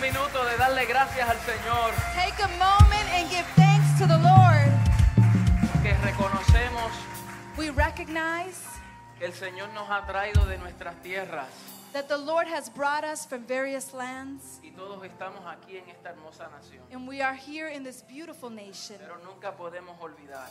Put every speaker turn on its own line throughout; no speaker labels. minuto de darle gracias al Señor,
Take a moment and give thanks to the Lord.
que reconocemos
We recognize
que el Señor nos ha traído de nuestras tierras
that the Lord has brought us from various lands,
y todos estamos aquí en esta hermosa nación.
and we are here in this beautiful nation.
Pero nunca podemos olvidar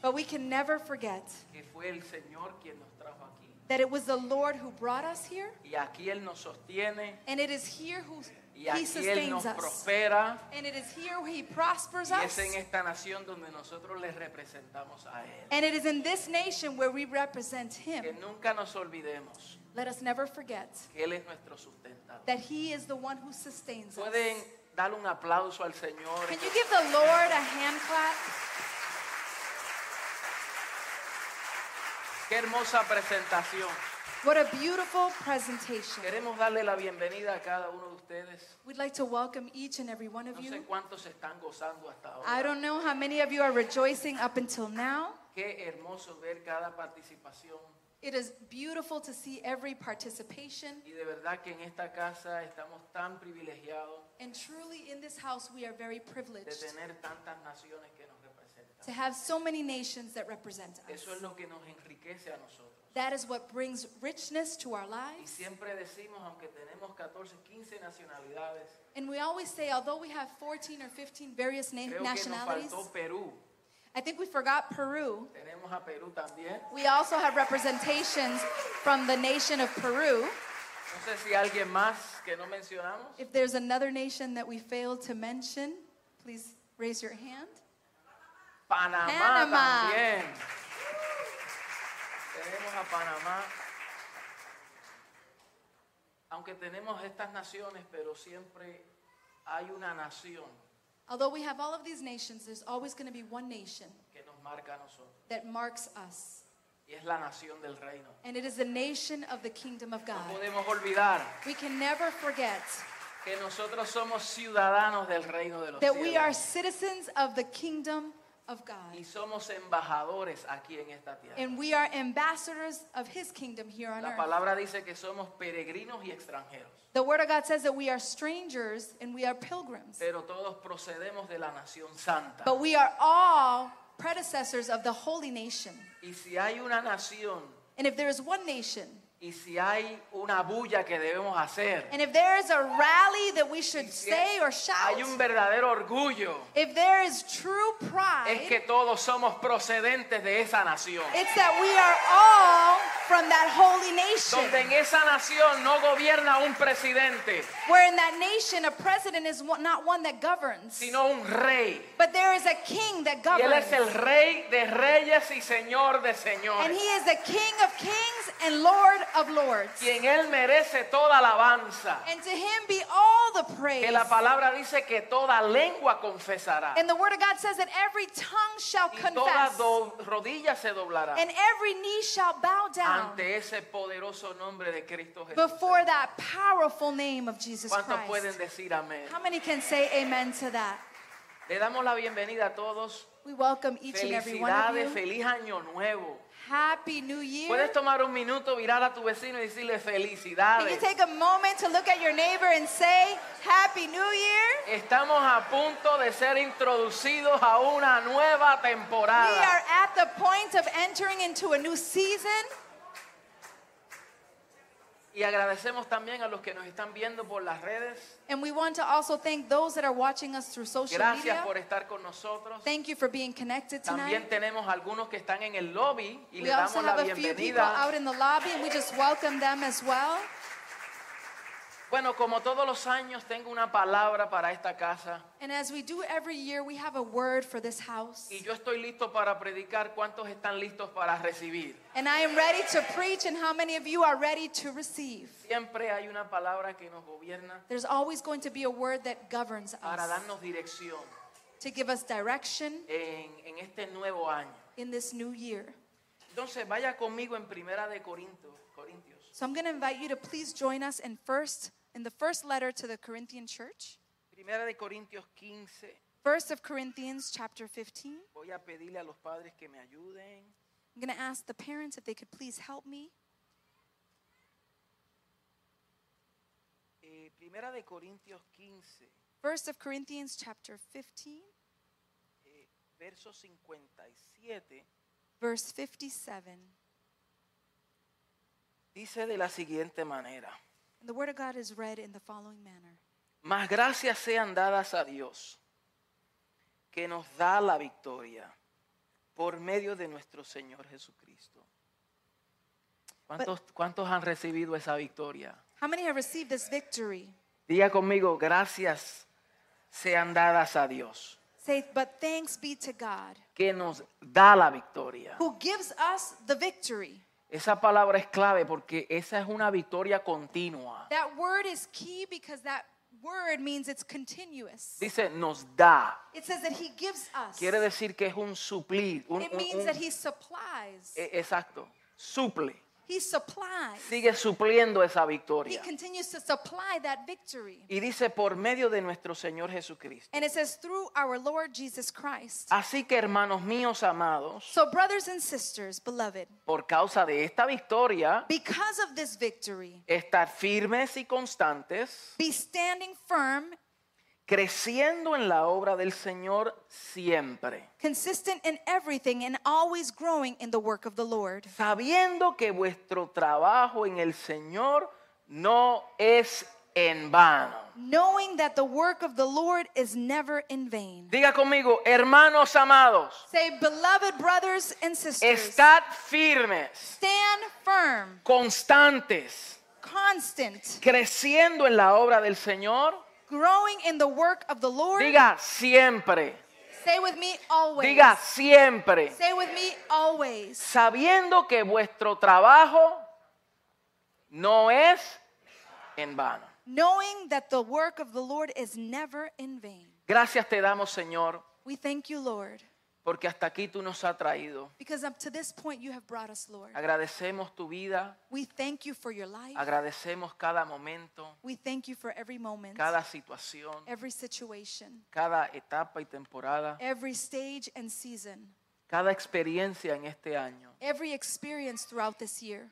But we can never forget
que fue el Señor quien nos trajo aquí.
that it was the Lord who brought us here,
Y aquí Él nos sostiene,
and it is here who
y
He
aquí Él
sustains
nos
us,
prospera.
and it is here who He prospers
Y es
us,
en esta nación donde nosotros le representamos a Él.
and it is in this nation where we represent Him.
Que nunca nos olvidemos
Let us never forget
que Él es nuestro sustentador.
that He is the one who sustains us.
Pueden dar un aplauso al Señor.
Can you give the Lord a hand clap?
Qué hermosa presentación.
What a beautiful presentation.
Queremos darle la bienvenida a cada uno de ustedes.
We'd like to welcome each and every one of
No
you.
sé cuántos están gozando hasta
I
ahora.
don't know how many of you are rejoicing up until now.
Qué hermoso ver cada participación.
It is beautiful to see every participation.
Y de verdad que en esta casa estamos tan privilegiados
And truly, in this house, we are very
de
privileged
tener tantas naciones que nos representan.
to have so many nations that represent us.
Eso es lo que nos enriquece a nosotros.
That is what brings richness to our
Y
lives.
siempre decimos, aunque tenemos 14, 15 nacionalidades,
And we always say, although we have 14 or 15 various na-
creo que nos
nationalities,
faltó Perú.
I think we forgot Peru.
Tenemos a Perú también.
We also have representations from the nation of Peru.
No sé si alguien más que no mencionamos.
If there's another nation that we failed to mention, please raise your hand.
Panamá
Panamá.
también. Tenemos a Panamá. Aunque tenemos estas naciones, pero siempre hay una nación
Although we have all of these nations, there's always going to be one nation
que nos marca a nosotros.
that marks us,
Y es la nación del reino.
and it is the nation of the kingdom of
No
God.
podemos olvidar
We can never forget
que nosotros somos ciudadanos del reino de los
that we are
cielos.
citizens of the kingdom of God,
Y somos embajadores aquí en esta tierra.
and we are ambassadors of his kingdom here on
La
earth.
palabra dice que somos peregrinos y extranjeros,
The word of God says that we are strangers and we are pilgrims,
pero todos procedemos de la nación santa.
but we are all predecessors of the holy nation.
Y si hay una nación
And if there is one nation,
y si hay una bulla que debemos hacer,
and if there is a rally that we should
si
say or shout,
hay un verdadero orgullo,
if there is true
es
pride,
que todos somos procedentes de esa nación.
It's that we are all from that holy
Donde
nation.
en esa nación no gobierna un presidente,
Where in that nation, a president is one- not one that governs,
sino un rey.
but there is a king that
Y él es el
governs.
rey de reyes y señor de
And
señores.
he is the king of kings and lord of lords.
Quien él merece toda alabanza.
And to him be all the
Que
praise.
la palabra dice que toda lengua confesará.
And the word of God says that every tongue shall
Y toda
confess,
do- rodilla se doblará.
and every knee shall bow down
ante ese poderoso nombre de Cristo Jesús.
before that powerful name of Jesus
¿Cuántos pueden
Christ.
decir amén?
How many can say amen to that?
Le damos la bienvenida a todos.
We welcome each and every one of
Felicidades,
you.
feliz año nuevo.
Happy New Year.
Puedes tomar un minuto, virar a tu vecino y decirle
Can you
felicidades.
take a moment to look at your neighbor and say, Happy New Year?
Estamos a punto de ser introducidos a una nueva
We are
temporada.
at the point of entering into a new season.
Y agradecemos también a los que nos están viendo por las redes.
And we want to also thank those that are watching us through social
Gracias
media.
por estar con nosotros.
Thank you for being connected
También
tonight.
tenemos algunos que están en el lobby y
We
le
also
damos la
have a few people
bienvenida.
out in the lobby, and we just welcome them as well.
Bueno, como todos los años, tengo una palabra para esta casa.
And as we do every year, we have a word for this house.
Y yo estoy listo para predicar. ¿Cuántos están listos para recibir?
And I am ready to preach, and how many of you are ready to receive?
Siempre hay una palabra que nos gobierna
There's always going to be a word that governs
para
us,
darnos dirección
to give us direction.
en, en este nuevo año.
in this new year.
Entonces, vaya conmigo en Primera de Corinto, Corintios.
So I'm going to invite you to please join us in first in the first letter to the Corinthian church,
Primera de Corintios 15.
First of Corinthians chapter 15.
Voy a pedirle a los padres que me ayuden.
I'm going to ask the parents if they could please help me.
Eh, Eh, primera de Corintios 15,
First of Corinthians chapter 15,
eh, verso 57,
verse 57.
dice de la siguiente manera.
And the word of God is read in the following manner.
Mas gracias sean dadas a Dios, que nos da la victoria por medio de nuestro Señor Jesucristo. ¿Cuántos, cuántos han recibido esa victoria?
How many have received this victory?
Diga conmigo, gracias sean dadas a Dios,
Say, but thanks be to God
que nos da la victoria.
who gives us the victory.
Esa palabra es clave porque esa es una victoria continua.
That word is key because that word means it's continuous.
Dice, nos da.
It says that he gives us.
Quiere decir que es un suplir. un-
It
un-
means
un-
that he supplies.
e- exacto, suple.
He supplies.
sigue supliendo esa
He
victoria.
continues to supply that victory.
Y dice por medio de nuestro Señor Jesucristo.
And it says through our Lord Jesus Christ.
Así que hermanos míos amados,
So, brothers and sisters, beloved,
por causa de esta victoria,
because of this victory,
estar firmes y constantes,
be standing firm,
creciendo en la obra del Señor siempre,
consistent in everything, and always growing in the work of the Lord,
sabiendo que vuestro trabajo en el Señor no es en vano.
knowing that the work of the Lord is never in vain.
Diga conmigo, hermanos amados,
Say, beloved brothers and sisters,
estad firmes,
stand firm,
constantes,
constant,
creciendo en la obra del Señor,
growing in the work of the Lord.
diga siempre,
Say with me always.
diga siempre,
Say with me always,
sabiendo que vuestro trabajo no es en vano.
knowing that the work of the Lord is never in vain.
Gracias te damos, Señor,
We thank you, Lord,
porque hasta aquí tú nos has traído.
because up to this point you have brought us, Lord.
Agradecemos tu vida,
We thank you for your life.
agradecemos cada momento,
We thank you for every moment,
cada situación,
every situation,
cada etapa y temporada,
every stage and season,
cada experiencia en este año.
every experience throughout this year.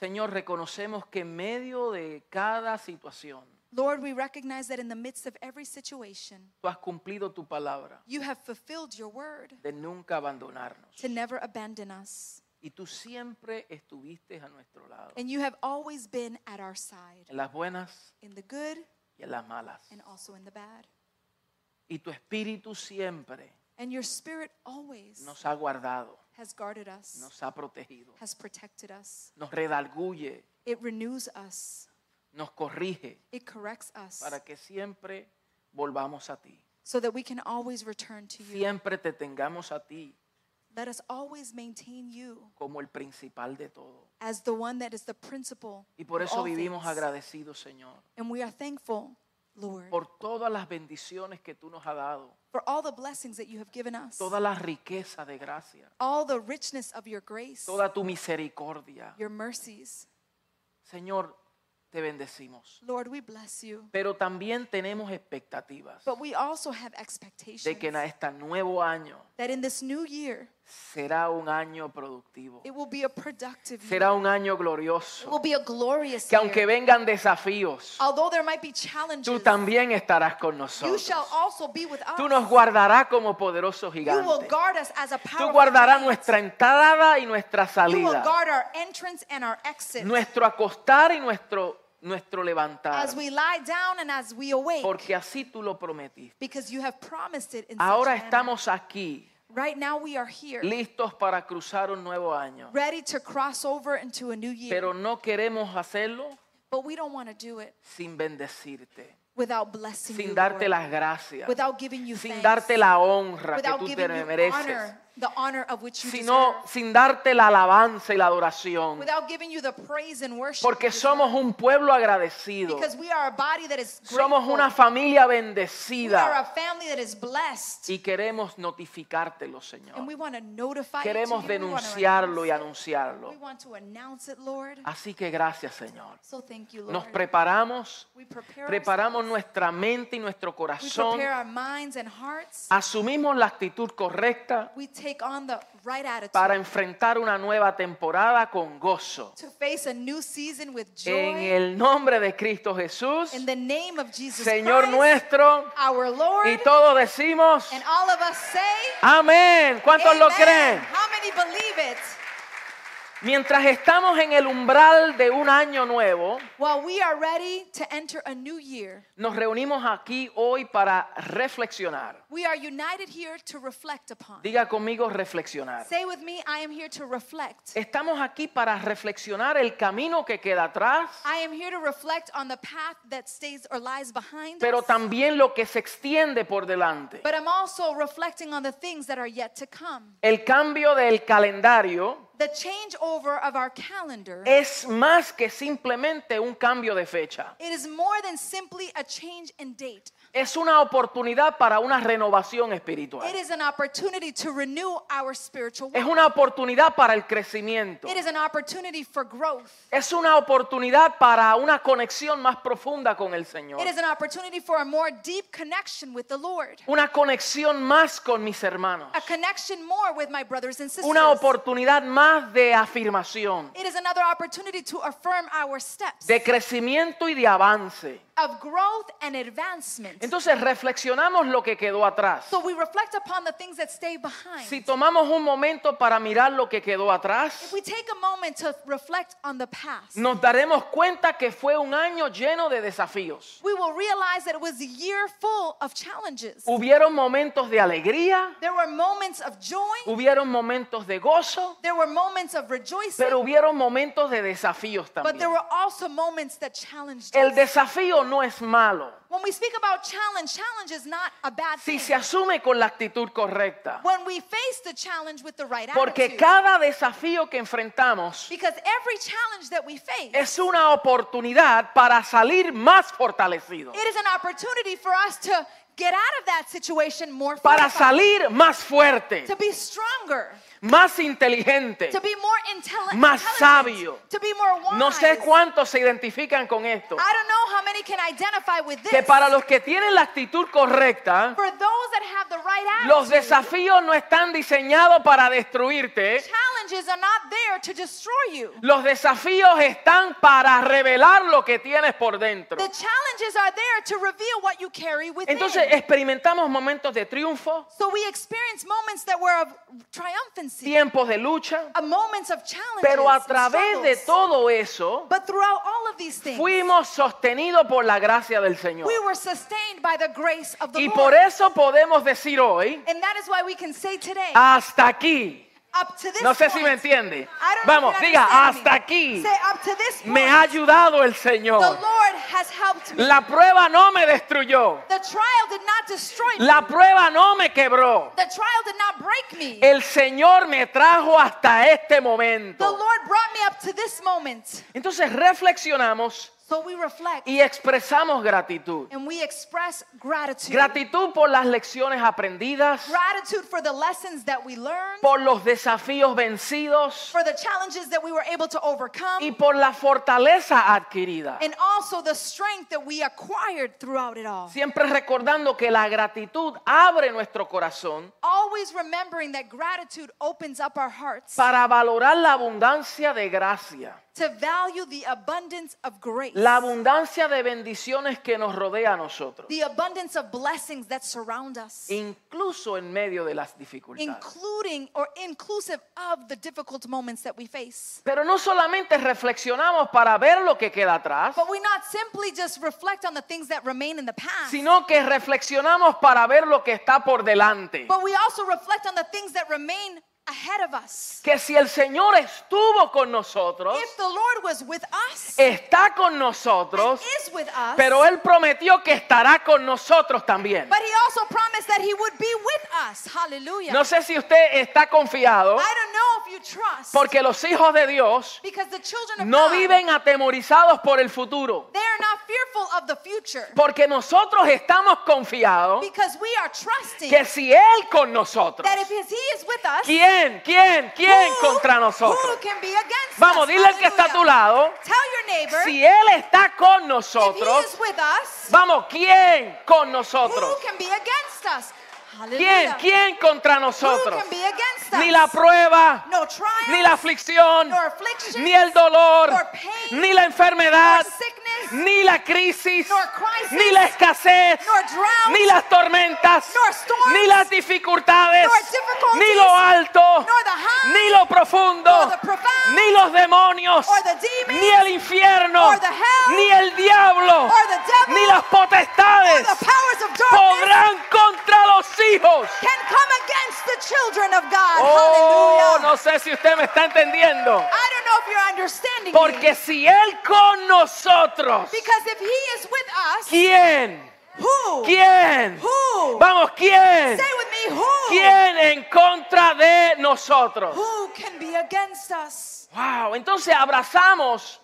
Señor, reconocemos que en medio de cada situación,
Lord, we recognize that in the midst of every situation,
tú has cumplido tu palabra.
you have fulfilled your word
de nunca abandonarnos.
to never abandon us.
Y tú siempre estuviste a nuestro lado,
And you have always been at our side,
en las buenas
in the good
y en las malas.
and also in the bad.
Y tu espíritu siempre
And your spirit always
nos ha guardado,
has guarded us,
nos ha protegido,
has protected us.
nos redarguye,
It renews us,
nos corrige
it corrects us,
para que siempre volvamos a ti.
so that we can always return to you.
Siempre te tengamos a ti
Let us always maintain you
como el principal de todo.
as the one that is the principle.
Y por
of
eso
all
vivimos
things.
agradecidos, Señor,
And we are thankful, Lord,
por todas las bendiciones que tú nos has dado,
for all the blessings that you have given us,
toda la riqueza de gracia,
all the richness of your grace,
toda tu misericordia.
your mercies.
Señor, te bendecimos.
Lord, we bless you.
Pero también tenemos expectativas
But we also have expectations
de que en este nuevo año
that in this new year,
será un año productivo,
it will be a productive year.
será un año
It
glorioso,
will be a glorious
que
year.
aunque vengan desafíos,
Although there might be challenges,
tú también estarás con
you shall
nosotros.
also be with us.
Tú nos guardarás como poderoso
you will
gigante.
guard us as a
Tú
powerful
guardarás
giant.
nuestra entrada y nuestra
You will
salida,
guard our entrance and our exit.
nuestro acostar y nuestro, nuestro levantar,
As we lie down and as we awake,
porque así tú lo prometiste.
because you have promised it in such
Ahora
manner.
estamos aquí.
Right now we are here,
listos para cruzar un nuevo año,
ready to cross over into a new year.
pero no queremos hacerlo
but we don't want to do it
sin bendecirte,
without blessing you,
sin darte
Lord,
las gracias,
without giving you
sin
thanks,
darte la honra que
without
tú te
giving you
mereces,
honor, the honor of which you
sino
deserve,
sin darte la alabanza y la adoración,
without giving you the praise and worship
porque
you deserve.
somos un pueblo agradecido,
because we are a body that is
somos
grateful.
una familia
we are a
bendecida
family that is blessed,
y queremos notificártelo,
and we
Señor.
want to notify
Queremos
it to you. We wanna
denunciarlo y
announce it.
anunciarlo.
We want to announce it, Lord.
Así que gracias, Señor.
So thank you, Lord.
Nos preparamos
we prepare
Preparamos
ourselves.
nuestra mente y nuestro
We
corazón.
prepare our minds and hearts.
Asumimos la actitud correcta
We take on the right attitude
para enfrentar una nueva temporada con gozo.
to face a new season with joy.
En el nombre de Cristo Jesús,
in the name of Jesus
Señor
Christ,
nuestro,
our Lord,
y todos decimos,
and all of us say,
amén. ¿Cuántos lo
Amen.
creen?
How many believe it?
Mientras estamos en el umbral de un año nuevo,
While we are ready to enter a new year,
nos reunimos aquí hoy para reflexionar.
we are united here to reflect upon.
Diga conmigo reflexionar.
Say with me, I am here to reflect.
Estamos aquí para reflexionar el camino que queda atrás,
I am here to reflect on the path that stays or lies behind
pero
us.
también lo que se extiende por delante.
But I'm also reflecting on the things that are yet to come.
El cambio del calendario
The changeover of our calendar,
es más que simplemente un cambio de fecha.
it is more than simply a change in date.
Es una oportunidad para una renovación espiritual.
It is an opportunity to renew our spiritual
Es
walk.
una oportunidad para el crecimiento.
It is an opportunity for growth.
Es una oportunidad para una conexión más profunda con el Señor.
It is an opportunity for a more deep connection with the Lord.
Una conexión más con mis hermanos.
A connection more with my brothers and sisters.
Una oportunidad más de afirmación,
It is another opportunity to affirm our steps
de crecimiento y de avance.
of growth and advancement.
Entonces reflexionamos lo que quedó atrás.
So we reflect upon the things that stay behind.
Si tomamos un momento para mirar lo que quedó atrás,
If we take a moment to reflect on the past,
nos daremos cuenta que fue un año lleno de desafíos.
we will realize that it was a year full of challenges.
Hubieron momentos de alegría,
There were moments of joy,
hubieron momentos de gozo,
there were moments of rejoicing,
pero hubieron momentos de desafíos
but there
también.
were also moments that challenged
El
us.
desafío no es malo
When we speak about challenge, challenge is not a bad
si
thing.
se asume con la actitud correcta.
When we face the challenge with the right
Porque
attitude,
cada desafío que enfrentamos
because every challenge that we face,
es una oportunidad para salir más fortalecido,
it is an opportunity for us to get out of that situation more
para
fortified,
salir más fuerte,
to be stronger,
más inteligente.
to be more intelli-
Más
intelligent,
sabio.
to be more wise.
No sé cuántos se identifican con esto.
I don't know how many can identify with this.
Que para los que tienen la actitud correcta,
For those that have the right
los
attitude,
desafíos no están diseñados para destruirte.
challenges are not there to destroy you.
Los desafíos están para revelar lo que tienes por dentro.
The challenges are there to reveal what you carry within.
Entonces eh, experimentamos momentos de triunfo,
so we experience moments that were of triumphancy,
tiempos de lucha,
a moments of challenges.
Pero a
and
través de
struggles.
todo eso,
but throughout all of these things,
fuimos sostenidos por la gracia del Señor.
we were sustained by the grace of the
Y
Lord.
por eso podemos decir hoy,
and that is why we can say today,
hasta aquí.
up to this
Ah, No sé si me
point,
entiende.
I don't know
Vamos,
if you
diga,
understand
hasta
me.
aquí.
Say, up to this point,
Me ha ayudado el
the
Señor.
Lord has helped me.
La prueba no me destruyó.
the trial did not destroy me.
La prueba no me quebró.
the trial did not break me.
El Señor me trajo hasta este
the
momento.
Lord brought me up to this moment.
Entonces reflexionamos
So we reflect
y expresamos gratitud.
and we express gratitude.
Gratitud por las lecciones aprendidas.
gratitude for the lessons that we learned,
por los desafíos vencidos
for the challenges that we were able to overcome,
y por la fortaleza adquirida.
and also the strength that we acquired throughout it all.
Siempre recordando que la gratitud abre nuestro corazón
Always remembering that gratitude opens up our hearts
para valorar la abundancia de gracia,
to value the abundance of grace,
la abundancia de bendiciones que nos rodea a nosotros,
the abundance of blessings that surround us,
incluso en medio de las dificultades.
including or inclusive of the difficult moments that we face.
Pero no solamente reflexionamos para ver lo que queda atrás,
But we not simply just reflect on the things that remain in the past,
sino que reflexionamos para ver lo que está por delante.
but we also reflect on the things that remain ahead of us.
Que si el Señor estuvo con nosotros,
If the Lord was with us,
está con
and
nosotros,
is with us,
pero Él prometió que estará con nosotros también.
but He also promised that He would be with us. Hallelujah.
No sé si usted está confiado,
I don't know if you trust,
porque los hijos de Dios
because the children of
no
God,
viven atemorizados por el futuro,
they are not fearful of the future,
porque nosotros estamos confiados
because we are trusting
que si Él con nosotros,
that if He is with us,
¿quién, quién, quién
who,
contra
who
nosotros?
can be against
Vamos,
us?
dile al que está a tu
Hallelujah.
lado,
Tell your neighbor,
si Él está con
if He
nosotros,
is with us,
vamos, ¿quién con nosotros?
Who can be against us?
¿Quién?
Hallelujah.
¿Quién contra
Who
nosotros?
can be against us?
Ni la prueba,
no triumph,
ni la aflicción,
nor affliction,
ni el dolor,
nor pain,
ni la enfermedad,
nor sickness,
ni la crisis,
nor crisis,
ni la escasez,
nor drought,
ni las tormentas,
nor storms,
ni las dificultades,
nor difficulties,
ni lo alto,
nor the high,
ni lo profundo,
nor the profound,
ni los demonios,
or the demons,
ni el infierno,
or the hell,
ni el diablo,
or the devil,
ni las potestades
the powers of darkness
podrán contra los hijos.
can come against the children of God.
Oh,
Hallelujah.
no sé si usted me está entendiendo.
I don't know if you're understanding
Porque
me.
si Él con nosotros,
Because if he is with us,
¿quién?
who?
¿Quién?
Who?
Vamos, ¿quién?
Say with me, who?
¿Quién en contra de nosotros?
Who can be against us?
Wow, entonces abrazamos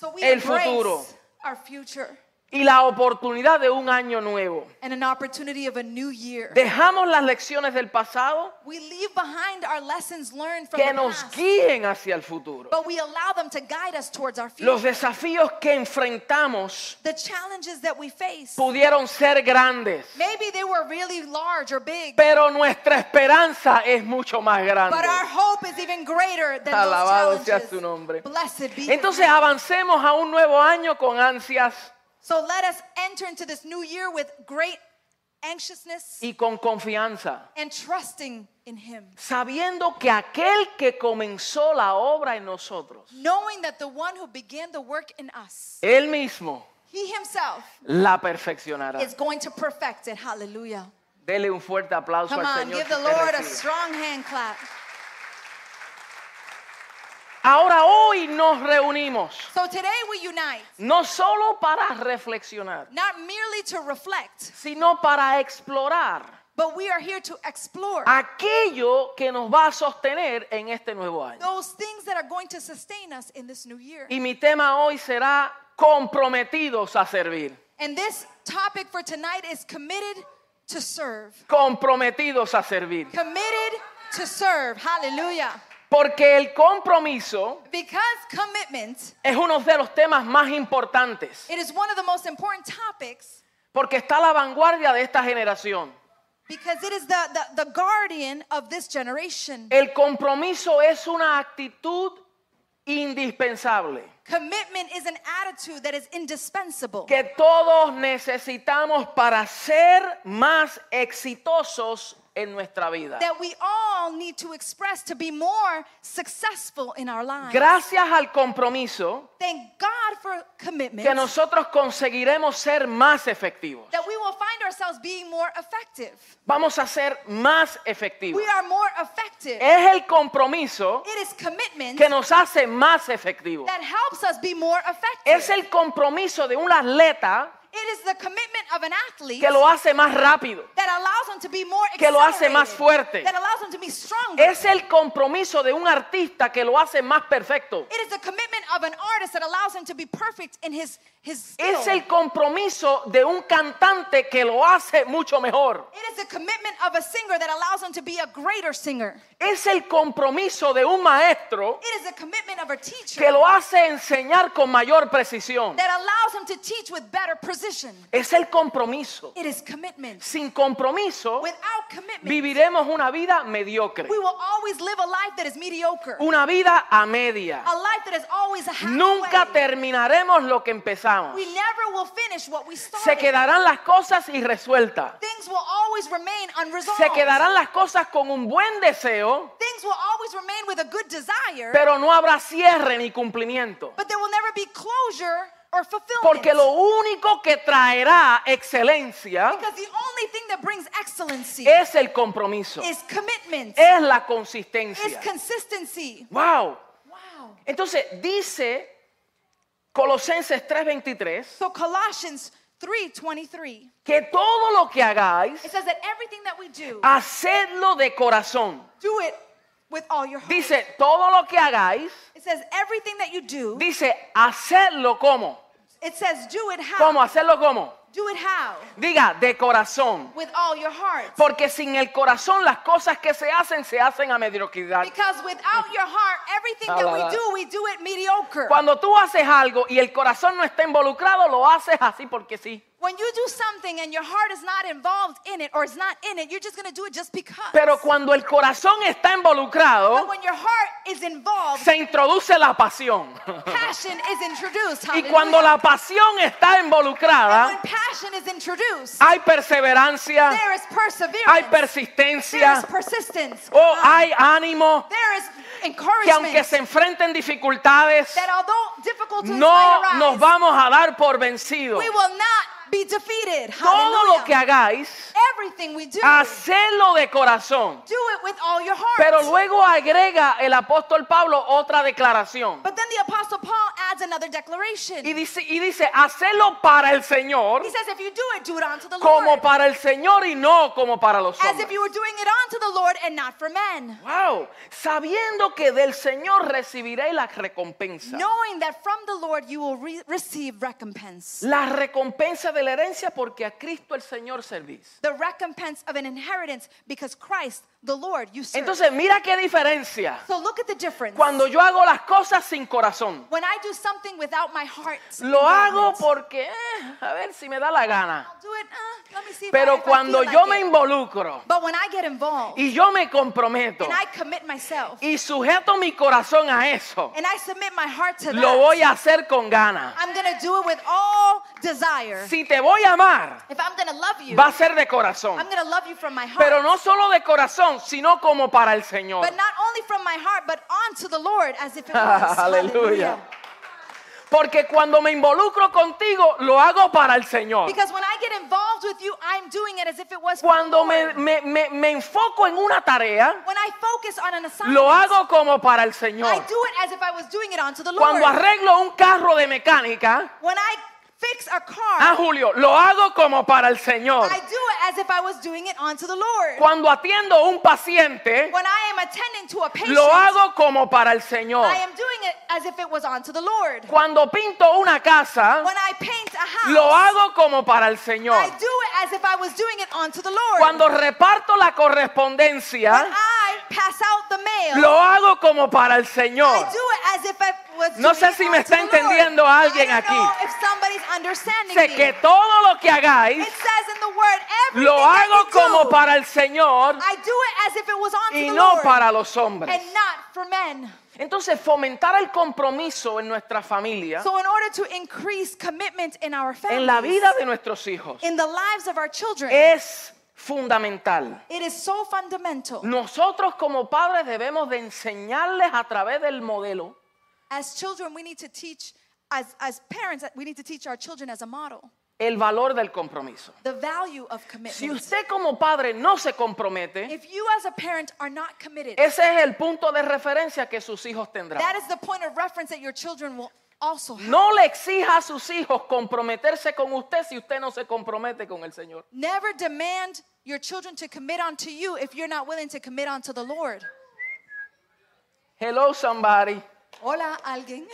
So we
El
embrace
futuro.
our future
y la oportunidad de un año nuevo.
and an opportunity of a new year.
Dejamos las lecciones del pasado
We leave behind our lessons learned from
que
the
nos
past,
guíen hacia el futuro.
but we allow them to guide us towards our future.
Los desafíos que enfrentamos
the challenges that we face,
pudieron ser grandes,
maybe they were really large or big,
pero nuestra esperanza es mucho más grande.
but our hope is even greater than
Alabado
those
sea
challenges.
su nombre.
Blessed be. your
Entonces
name.
avancemos a un nuevo año con ansias
so let us enter into this new year with great anxiousness
y con confianza,
and trusting in Him,
sabiendo que aquel que comenzó la obra en nosotros,
knowing that the one who began the work in us,
él mismo
He Himself
la perfeccionará.
is going to perfect it. Hallelujah.
Dele un fuerte aplauso
Come
al
on,
Señor.
give
que
the
te
Lord a
recibe.
strong hand clap.
Ahora hoy nos reunimos
So today we unite,
no solo para reflexionar,
not merely to reflect,
sino para explorar
but we are here to explore
aquello que nos va a sostener en este nuevo año.
those things that are going to sustain us in this new year.
Y mi tema hoy será comprometidos a servir.
And this topic for tonight is committed to serve.
Comprometidos a servir.
Committed to serve. Hallelujah.
Porque el compromiso
Because commitment,
es uno de los temas más importantes.
it is one of the most important topics
Porque está a la vanguardia de esta generación.
because it is the, the, the guardian of this generation.
El compromiso es una actitud indispensable
Commitment is an attitude that is indispensable.
que todos necesitamos para ser más exitosos en nuestra vida.
that we all need to express to be more successful in our lives.
Gracias al compromiso
Thank God for commitment
que nosotros conseguiremos ser más efectivos.
that we will find ourselves being more effective.
Vamos a ser más efectivos.
We are more effective.
Es el compromiso
It is commitment
Eh, que nos hace más efectivos.
that helps us be more
Es
effective.
el compromiso de un atleta
It is the commitment of an athlete
que lo hace más rápido.
that allows him to be more
que lo hace más
accelerated,
fuerte.
That allows him to be stronger.
Es el compromiso de un artista que lo hace más perfecto.
it is the commitment of an artist that allows him to be perfect in his his skill.
Es el compromiso de un cantante que lo hace mucho mejor.
it is the commitment of a singer that allows him to be a greater singer.
Es el compromiso de un maestro
It is a commitment of a teacher
que lo hace enseñar con mayor precisión.
that allows him to teach with better precision.
Es el compromiso.
It is commitment.
Sin compromiso
Without commitment,
viviremos una vida mediocre,
we will always live a life that is mediocre, a
una vida a media.
life that is always a halfway.
Nunca terminaremos lo que
We
empezamos.
never will finish what we
Se
started.
quedarán las cosas irresueltas.
Things will always remain unresolved.
Se quedarán las cosas con un buen deseo,
Things will always remain with a good desire,
pero no habrá cierre ni cumplimiento.
but there will never be closure or fulfillment.
Porque lo único que traerá excelencia
because the only thing that brings excellency
es el compromiso,
is commitment,
es la
is
consistencia.
consistency.
Wow.
Wow.
Entonces dice Colosenses 3:23
So Colossians 3:23
que todo lo que hagáis,
it says that everything that we do
Uh, hacedlo de corazón.
do it with all your heart.
Dice, todo lo que hagáis,
It says everything that you do
dice, hacedlo como.
it says do it how?
¿Cómo? ¿Hacerlo como?
Do it how?
Diga, de corazón.
With all your heart.
Porque sin el corazón las cosas que se hacen se hacen a mediocridad.
Because without your heart, everything that we do, we do it mediocre.
Cuando tú haces algo y el corazón no está involucrado, lo haces así porque sí.
When you do something and your heart is not involved in it or it's not in it, you're just going to do it just because.
Pero cuando el corazón está
But
involucrado,
when your heart is involved,
se introduce la pasión.
passion is introduced.
Y
hallelujah.
cuando la pasión está
And when
involucrada,
passion is introduced,
hay perseverancia,
there is perseverance.
hay
there is
persistencia,
persistence.
o hay ánimo
There is
que
encouragement.
aunque se enfrenten dificultades,
that although difficulties might
no
arise,
nos vamos a dar por vencidos.
we will not be defeated.
Todo lo que
Hallelujah.
hagáis,
Everything we do,
hacedlo de corazón.
do it with all your heart.
Pero luego agrega el apóstol Pablo otra declaración.
but then the Apostle Paul adds another declaration.
Y dice, y dice, hacedlo para el Señor,
he says, if you do it, do it unto the
como
Lord.
para el Señor y no como para los
As if
hombres.
you were doing it unto the Lord and not for men.
Wow, sabiendo que del Señor recibiréis la recompensa.
Knowing that from the Lord you will re- receive recompense.
La recompensa de la herencia porque a Cristo el Señor servís.
The recompense of an inheritance because Christ, the Lord, you serve.
Entonces mira qué diferencia.
so look at the difference.
Cuando yo hago las cosas sin corazón,
when I do something without my heart,
lo hago
involvement,
porque, eh, a ver si me da la gana.
I'll do it, uh, let me see if I-
Pero
if I
cuando
feel
yo
like
me
it.
involucro
But when I get involved
y yo me comprometo
and I commit myself
y sujeto mi corazón a eso,
and I submit my heart to
lo
that,
voy a hacer con ganas.
I'm going to do it with all desire.
Si te voy a amar,
If I'm going to love you,
va a ser de corazón.
I'm going to love you from my heart.
Pero no solo de corazón, sino como para el Señor.
But not only from my heart, but unto the Lord as if it was.
Aleluya. Porque cuando me involucro contigo, lo hago para el Señor.
Because when I get involved with you, I'm doing it as if it was. for
Cuando
the
me,
Lord.
me- me- me enfoco en una tarea,
when I focus on an assignment,
lo hago como para el
I
Señor.
do it as if I was doing it unto the Lord.
Cuando arreglo un carro de mecánica,
when I fix a car,
ah, Julio, lo hago como para el Señor.
I do it as if I was doing it unto the Lord.
Cuando atiendo un paciente,
when I am attending to a patient,
lo hago como para el Señor.
I am doing it as if it was unto the Lord.
Cuando pinto una casa,
When I paint a house,
lo hago como para el
I
Señor.
do it as if I was doing it unto the Lord.
Cuando reparto la correspondencia,
when I pass out the mail,
lo hago como para el
I
Señor.
do it as if I was
No sé
doing it
si me
unto
está
the Lord.
entendiendo alguien
I don't
aquí.
know if somebody's understanding
Sé
me.
que todo lo que
It
hagáis,
says in the word, everything
lo
that
hago
you
como
do,
para el Señor
I do it as if it was unto
y
the
no
Lord
para los hombres.
and not for men.
Entonces, fomentar el compromiso en nuestra familia,
So in order to increase commitment in our families,
en la vida de nuestros hijos,
in the lives of our children,
es fundamental.
it is so fundamental.
Nosotros como padres debemos de enseñarles a través del modelo
As children, we need to teach, as, as parents, we need to teach our children as a model
el valor del compromiso.
the value of commitment.
Si usted como padre no se compromete,
if you as a parent are not committed,
ese es el punto de referencia que sus hijos tendrán.
that is the point of reference that your children will also have.
No le exija a sus hijos comprometerse con usted si usted no se compromete con el Señor.
Never demand your children to commit onto you if you're not willing to commit onto the Lord.
Hello somebody.
Hola, alguien.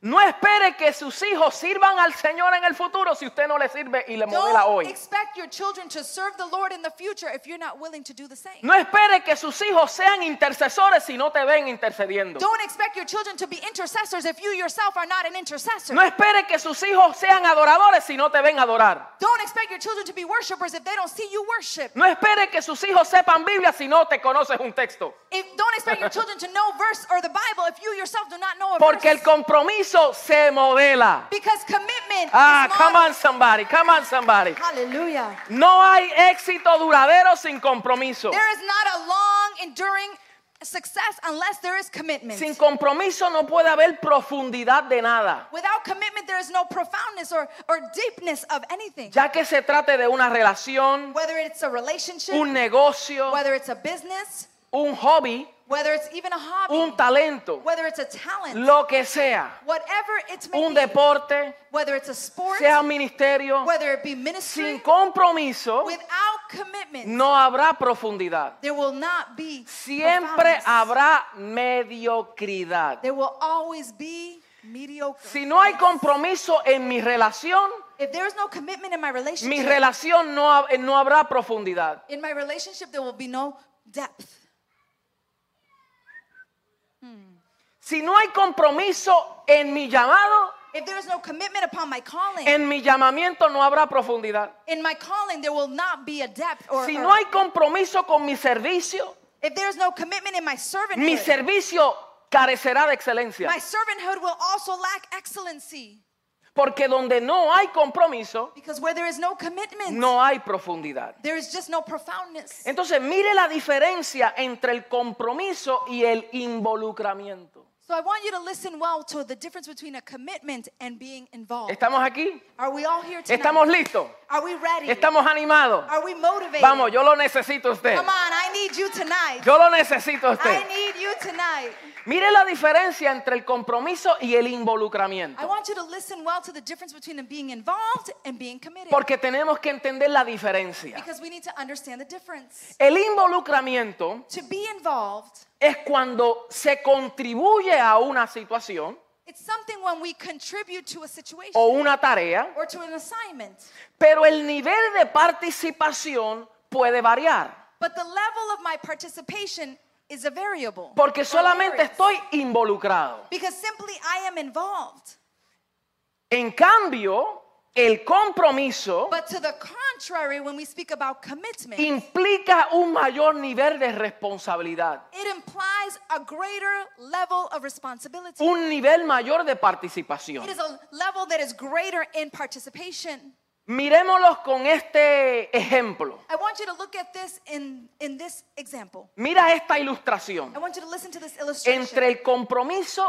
No espere que sus hijos sirvan al Señor en el futuro si usted no le sirve y le modela
Don't
hoy.
expect your children to serve the Lord in the future if you're not willing to do the same.
No espere que sus hijos sean intercesores si no te ven intercediendo.
Don't expect your children to be intercessors if you yourself are not an intercessor.
No espere que sus hijos sean adoradores si no te ven adorar.
Don't expect your children to be worshipers if they don't see you worship.
No espere que sus hijos sepan Biblia si no te conoces un texto.
If, don't expect your children to know verse or the Bible if you yourself do not know a
Porque el
verse.
compromiso se modela.
Because commitment
Ah,
is
come
modeled.
on somebody, come on somebody.
Hallelujah.
No hay éxito duradero sin compromiso.
There is not a long, enduring success unless there is commitment.
Sin compromiso no puede haber profundidad de nada,
Without commitment, there is no profoundness or, or deepness of anything.
ya que se trate de una relación,
Whether it's a relationship,
un negocio,
whether it's a business,
un hobby,
whether it's even a hobby,
un talento,
whether it's a talent,
lo que sea,
whatever it may
un
be,
deporte,
whether it's a sport,
sea un ministerio,
whether it be
sin
ministry,
compromiso
without commitment,
Oh. no habrá profundidad.
there will not be
Siempre
profoundness.
habrá mediocridad.
There will always be mediocre.
Si no hay compromiso en mi relación,
If there is no commitment in my
mi
relationship,
relación no, ha- eh, no habrá profundidad.
in my relationship, there will be no depth.
Si no hay compromiso en mi llamado,
If there is no commitment upon my calling,
en mi llamamiento no habrá profundidad.
in my calling, there will not be a depth. Or,
Si
or-
no hay compromiso con mi servicio,
if there is no commitment in my servanthood,
mi servicio carecerá de excelencia.
my servanthood will also lack excellency.
Porque donde no hay compromiso,
Because where there is no commitment,
no hay profundidad.
there is just no profoundness.
Entonces, mire la diferencia entre el compromiso y el involucramiento.
So I want you to listen well to the difference between a commitment and being involved.
¿Estamos aquí?
Are we all here tonight?
¿Estamos listos?
Are we ready?
¿Estamos animados?
Are we motivated?
Vamos, yo lo necesito a usted.
Come on, I need you tonight.
Yo lo necesito a
I
usted.
need you tonight.
Mire la diferencia entre el compromiso y el involucramiento.
I want you to listen well to the difference between being involved and being committed.
Porque tenemos que entender la diferencia.
Because we need to understand the difference.
El involucramiento
To be involved,
es cuando se contribuye a una situación
it's something when we contribute to a situation
o una tarea,
or to an assignment.
pero el nivel de participación puede variar.
But the level of my participation is a variable.
Porque
Or
solamente
varies.
estoy involucrado.
Because simply I am involved.
En cambio, el compromiso
But to the contrary, when we speak about commitment,
implica un mayor nivel de responsabilidad.
it implies a greater level of responsibility.
un nivel mayor de
It
participación.
is a level that is greater in participation.
Miremoslos con este ejemplo.
I want you to look at this in, in this example.
Mira esta
I
ilustración
want you to listen to this illustration
entre el compromiso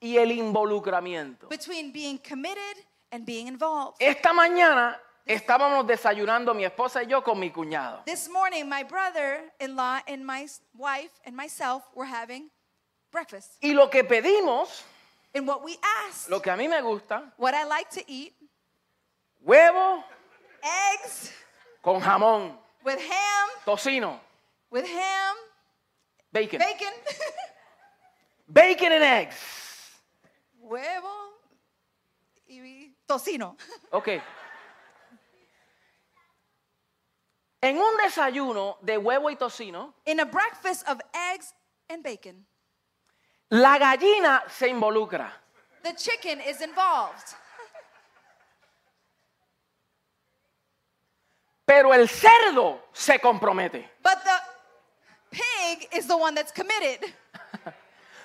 y el involucramiento.
between being committed and being involved.
Esta mañana estábamos desayunando mi esposa y yo con mi cuñado.
This morning, my brother in law and my s- wife and myself were having breakfast.
Y lo que pedimos,
And what we asked,
lo que a mí me gusta,
what I like to eat,
huevo
eggs
con jamón,
with ham,
tocino,
with ham,
bacon.
bacon,
Bacon and eggs.
huevo, y tocino.
Ok. En un desayuno de huevo y tocino,
In a breakfast of eggs and bacon,
La gallina se involucra.
the chicken is involved.
Pero el cerdo se compromete.
But the pig is the one that's committed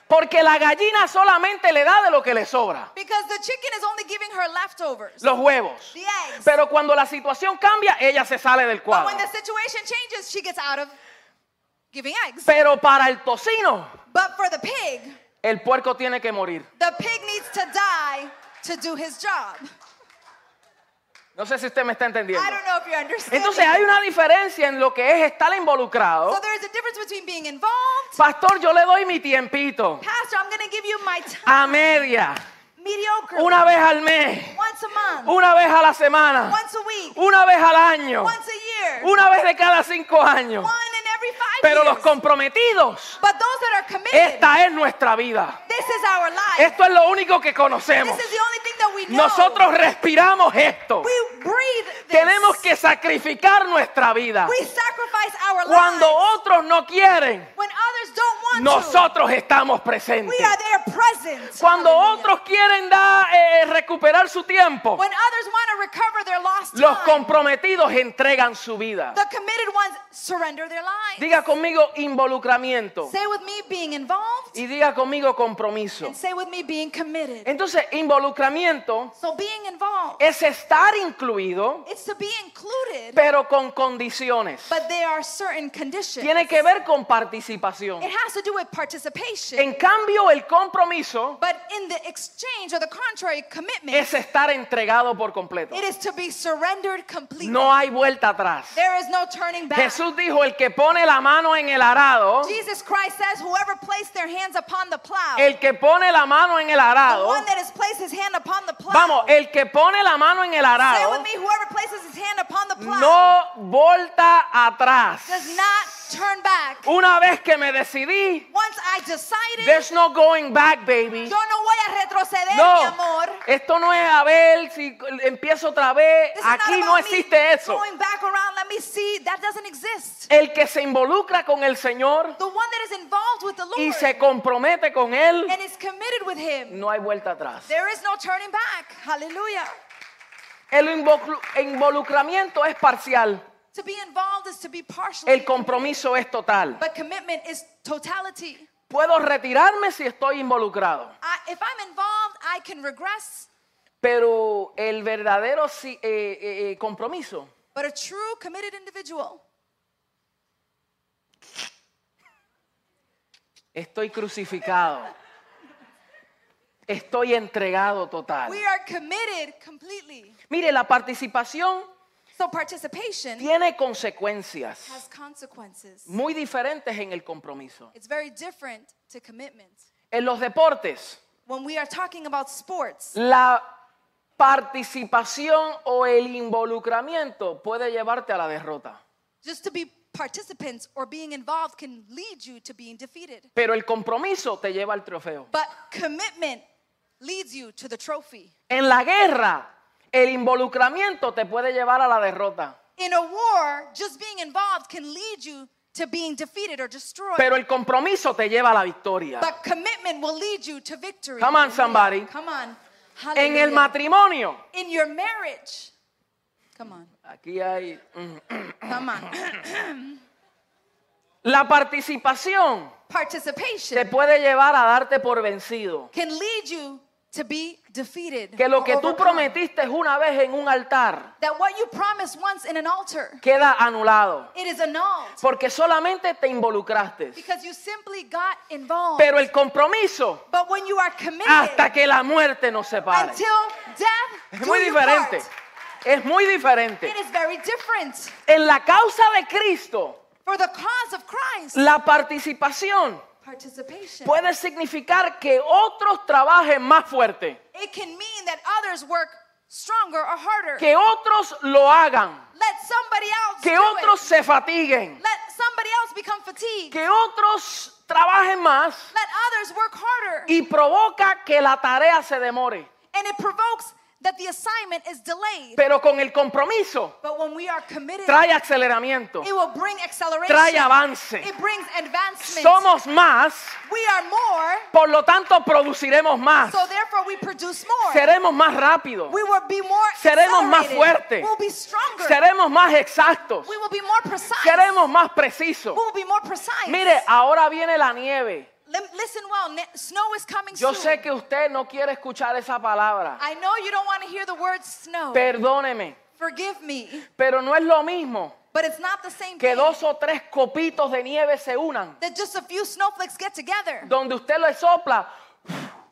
Porque la gallina solamente le da de lo que le sobra.
because the chicken is only giving her leftovers.
Los huevos.
The eggs.
Pero cuando la situación cambia, ella se sale del
But when
cuadro.
the situation changes, she gets out of giving eggs.
Pero para el tocino,
But for the pig,
el puerco tiene que morir.
the pig needs to die to do his job.
No sé si usted me está entendiendo.
I don't know if you understand.
Entonces hay una diferencia en lo que es estar
So
involucrado.
there is a difference between being involved.
Pastor, yo le doy mi tiempito.
Pastor, I'm going to give you my time.
A media.
Mediocre.
Una vez al mes.
once a month.
Una vez a la semana.
Once a week.
Una vez al año.
Once a year.
Una vez de cada cinco años.
One in every five
Pero
years.
los comprometidos,
but those that are committed,
esta es nuestra vida.
this is our life.
Esto es lo único que conocemos.
This is the only thing that we know.
Nosotros respiramos esto.
we breathe this.
Tenemos que sacrificar nuestra vida.
we sacrifice our
Cuando
lives.
otros no quieren,
When others don't want to,
nosotros estamos
we
presentes.
are there present.
Cuando
Hallelujah.
otros quieren dar, eh, recuperar su tiempo,
when others want to recover their lost
los
time,
comprometidos entregan su vida.
the committed ones surrender their lives.
Diga conmigo involucramiento
Say with me being involved,
y diga conmigo compromiso.
and say with me being committed.
Entonces, involucramiento
so being involved,
es estar incluido,
it's to be included,
pero con condiciones.
but there are certain conditions.
Tiene que ver con participación.
it has to do with participation.
En cambio, el compromiso
but in the exchange or the contrary commitment,
es estar entregado por completo.
It is to be surrendered completely.
No hay vuelta atrás.
There is no turning back.
Jesús dijo, el que pone la mano en el arado,
Jesus Christ says, whoever placed their hands upon the plow,
el que pone la mano en el
the
arado,
one that has placed his hand upon the plow,
vamos, el que pone la mano en el
say
arado
with me, whoever places his hand upon the plow
no volta atrás.
does not turn back.
Una vez que me decidí,
Once I decided,
there's no going back, baby.
yo no voy a retroceder, mi
No,
amor.
esto no es a ver si empiezo otra vez.
This is not
Aquí no
about me
existe eso.
Going back around, let me see. That doesn't exist.
El que se involucra con el Señor
The one that is involved with the Lord
y se compromete con Él,
and is committed with Him,
no hay vuelta atrás.
there is no turning back. Hallelujah.
El involuc- involucramiento es parcial,
To be involved is to be partial,
el compromiso es total.
but commitment is totality.
Puedo retirarme si estoy involucrado,
I, if I'm involved, I can regress,
pero el verdadero si- eh, eh, eh, compromiso
but a true committed individual,
Estoy crucificado. Estoy entregado total.
we are committed completely.
Mire, la participación
So participation
tiene consecuencias
has consequences.
muy diferentes en el compromiso.
It's very different to commitment.
En los deportes,
When we are talking about sports,
la participación o el involucramiento puede llevarte a la derrota,
just to be participants or being involved can lead you to being defeated.
pero el compromiso te lleva al trofeo.
But commitment leads you to the trophy.
En la guerra, el involucramiento te puede llevar a la derrota,
In a war, just being involved can lead you to being defeated or destroyed.
pero el compromiso te lleva a la victoria.
but commitment will lead you to victory.
Come on, somebody.
Come on.
En el
Hallelujah.
matrimonio,
in your marriage. Come on.
Aquí hay mm,
Come on.
la participación te
Participation
puede llevar a darte por vencido.
can lead you to be defeated.
Que lo
or
que tú
overcome.
prometiste una vez en un altar
That what you promised once in an altar,
queda anulado,
it is annulled
porque solamente te involucraste.
because you simply got involved.
Pero el compromiso
but when you are committed
hasta que la muerte nos separe.
until death
Es
do
muy
you
diferente.
part,
Es muy diferente.
it is very different.
En la causa de Cristo,
For the cause of Christ,
la participación
participation,
puede significar que otros trabajen más fuerte,
it can mean that others work stronger or harder.
que otros lo hagan,
Let somebody else
que
do it.
otros se fatiguen.
Let somebody else become fatigued.
que otros trabajen más
Let others work harder.
y provoca que la tarea se demore.
And it provokes that the assignment is delayed.
Pero con el compromiso
But when we are committed,
trae aceleramiento,
it will bring acceleration.
trae avance.
It brings advancement.
Somos más,
we are more,
por lo tanto produciremos más,
so therefore we produce more.
seremos más rápidos,
we will be more
Seremos más
accelerated.
fuerte.
We'll be stronger.
seremos más exactos,
we will be more precise.
seremos más precisos.
we will be more precise.
Mire, ahora viene la nieve.
Lim- listen well. ne- snow is coming
Yo
soon.
sé que usted no quiere escuchar esa palabra.
I know you don't want to hear the word snow.
Perdóneme,
Forgive me,
pero no es lo mismo
but it's not the same
que
thing.
dos o tres copitos de nieve se unan
that just a few snowflakes get together,
donde usted le sopla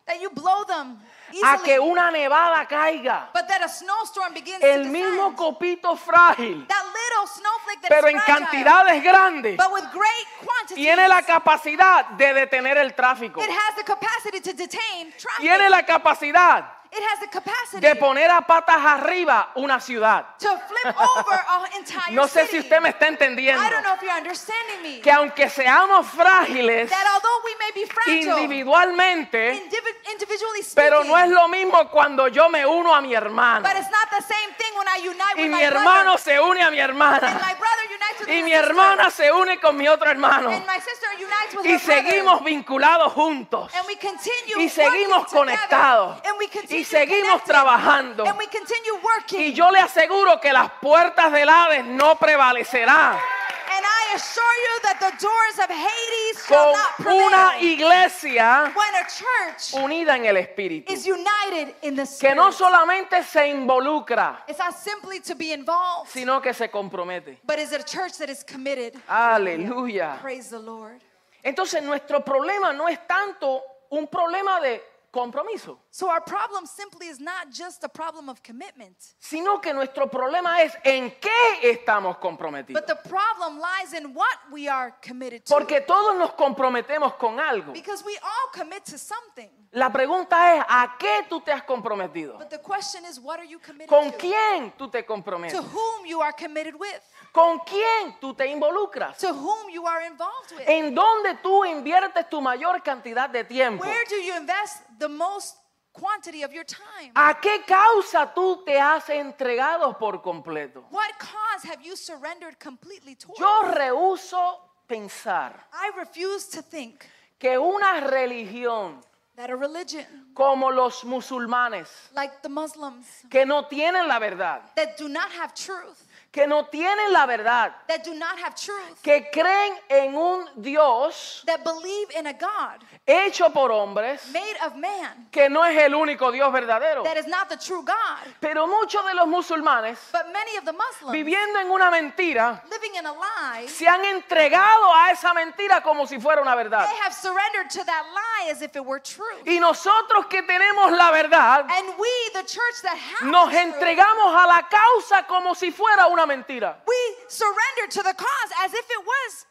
that you blow them
a que
easily,
una nevada caiga.
but that a snowstorm begins to
El
descend.
mismo copito frágil,
That little snowflake that is
pero en
fragile,
cantidades grandes,
but with great quantities,
tiene la capacidad de detener el tráfico.
it has the capacity to detain traffic.
Tiene la capacidad
it has the capacity
de poner a patas arriba una ciudad.
to flip over an entire
No sé si
city.
usted me está entendiendo.
I don't know if you're understanding me.
Que aunque seamos frágiles
that although we may be fragile,
individualmente,
indivi- individually speaking,
pero no es lo mismo cuando yo me uno a mi hermano
but it's not the same thing when I unite
y
with
mi
my
hermano
brother,
se une a mi
and
hermana.
my brother unites with
y
his
mi
sister,
hermana se une con mi otro hermano
and my sister unites with
y
her brother.
seguimos vinculados juntos
And we continue
y seguimos
working together.
conectados
And we continue
y seguimos
connected.
trabajando
And we continue working.
y yo le aseguro que las puertas del Hades no prevalecerán
And I assure you that the doors of Hades shall not
con
prevail
una iglesia
when a church
unida en el Espíritu
is united in the
que
Spirit.
no solamente se involucra
it's not simply to be involved,
sino Ah. que se compromete
but is a church that is committed.
aleluya
Praise the Lord.
entonces nuestro problema no es tanto un problema de compromiso,
So our problem simply is not just a problem of commitment,
sino que nuestro problema es en qué estamos comprometidos.
but the problem lies in what we are committed to.
Porque todos nos comprometemos con algo.
Because we all commit to something.
La pregunta es, ¿a qué tú te has comprometido?
But the question is, what are you committed
¿Con
to?
quién tú te
To
comprometes?
whom you are committed with,
¿Con quién tú te involucras?
to whom you are involved with.
¿En dónde tú inviertes tu mayor cantidad de tiempo?
Where do you invest the most quantity of your time?
¿A qué causa tú te has entregado por completo?
What cause have you surrendered completely toward?
Yo rehuso pensar
I refuse to think
que una religión
that a religion
como los musulmanes,
like the Muslims
que no tienen la verdad,
that do not have truth,
que no tienen la verdad,
that do not have truth,
que creen en un Dios
that believe in a God
hecho por hombres,
made of man
que no es el único Dios verdadero.
that is not the true God.
Pero muchos de los musulmanes,
But many of the Muslims
viviendo en una mentira,
living in a lie,
se han entregado a esa mentira como si fuera una verdad.
they have surrendered to that lie as if it were truth.
Y nosotros que tenemos la verdad,
And we, the church that have
nos
the truth,
entregamos a la causa como si fuera una mentira.
we surrender to the cause as if it was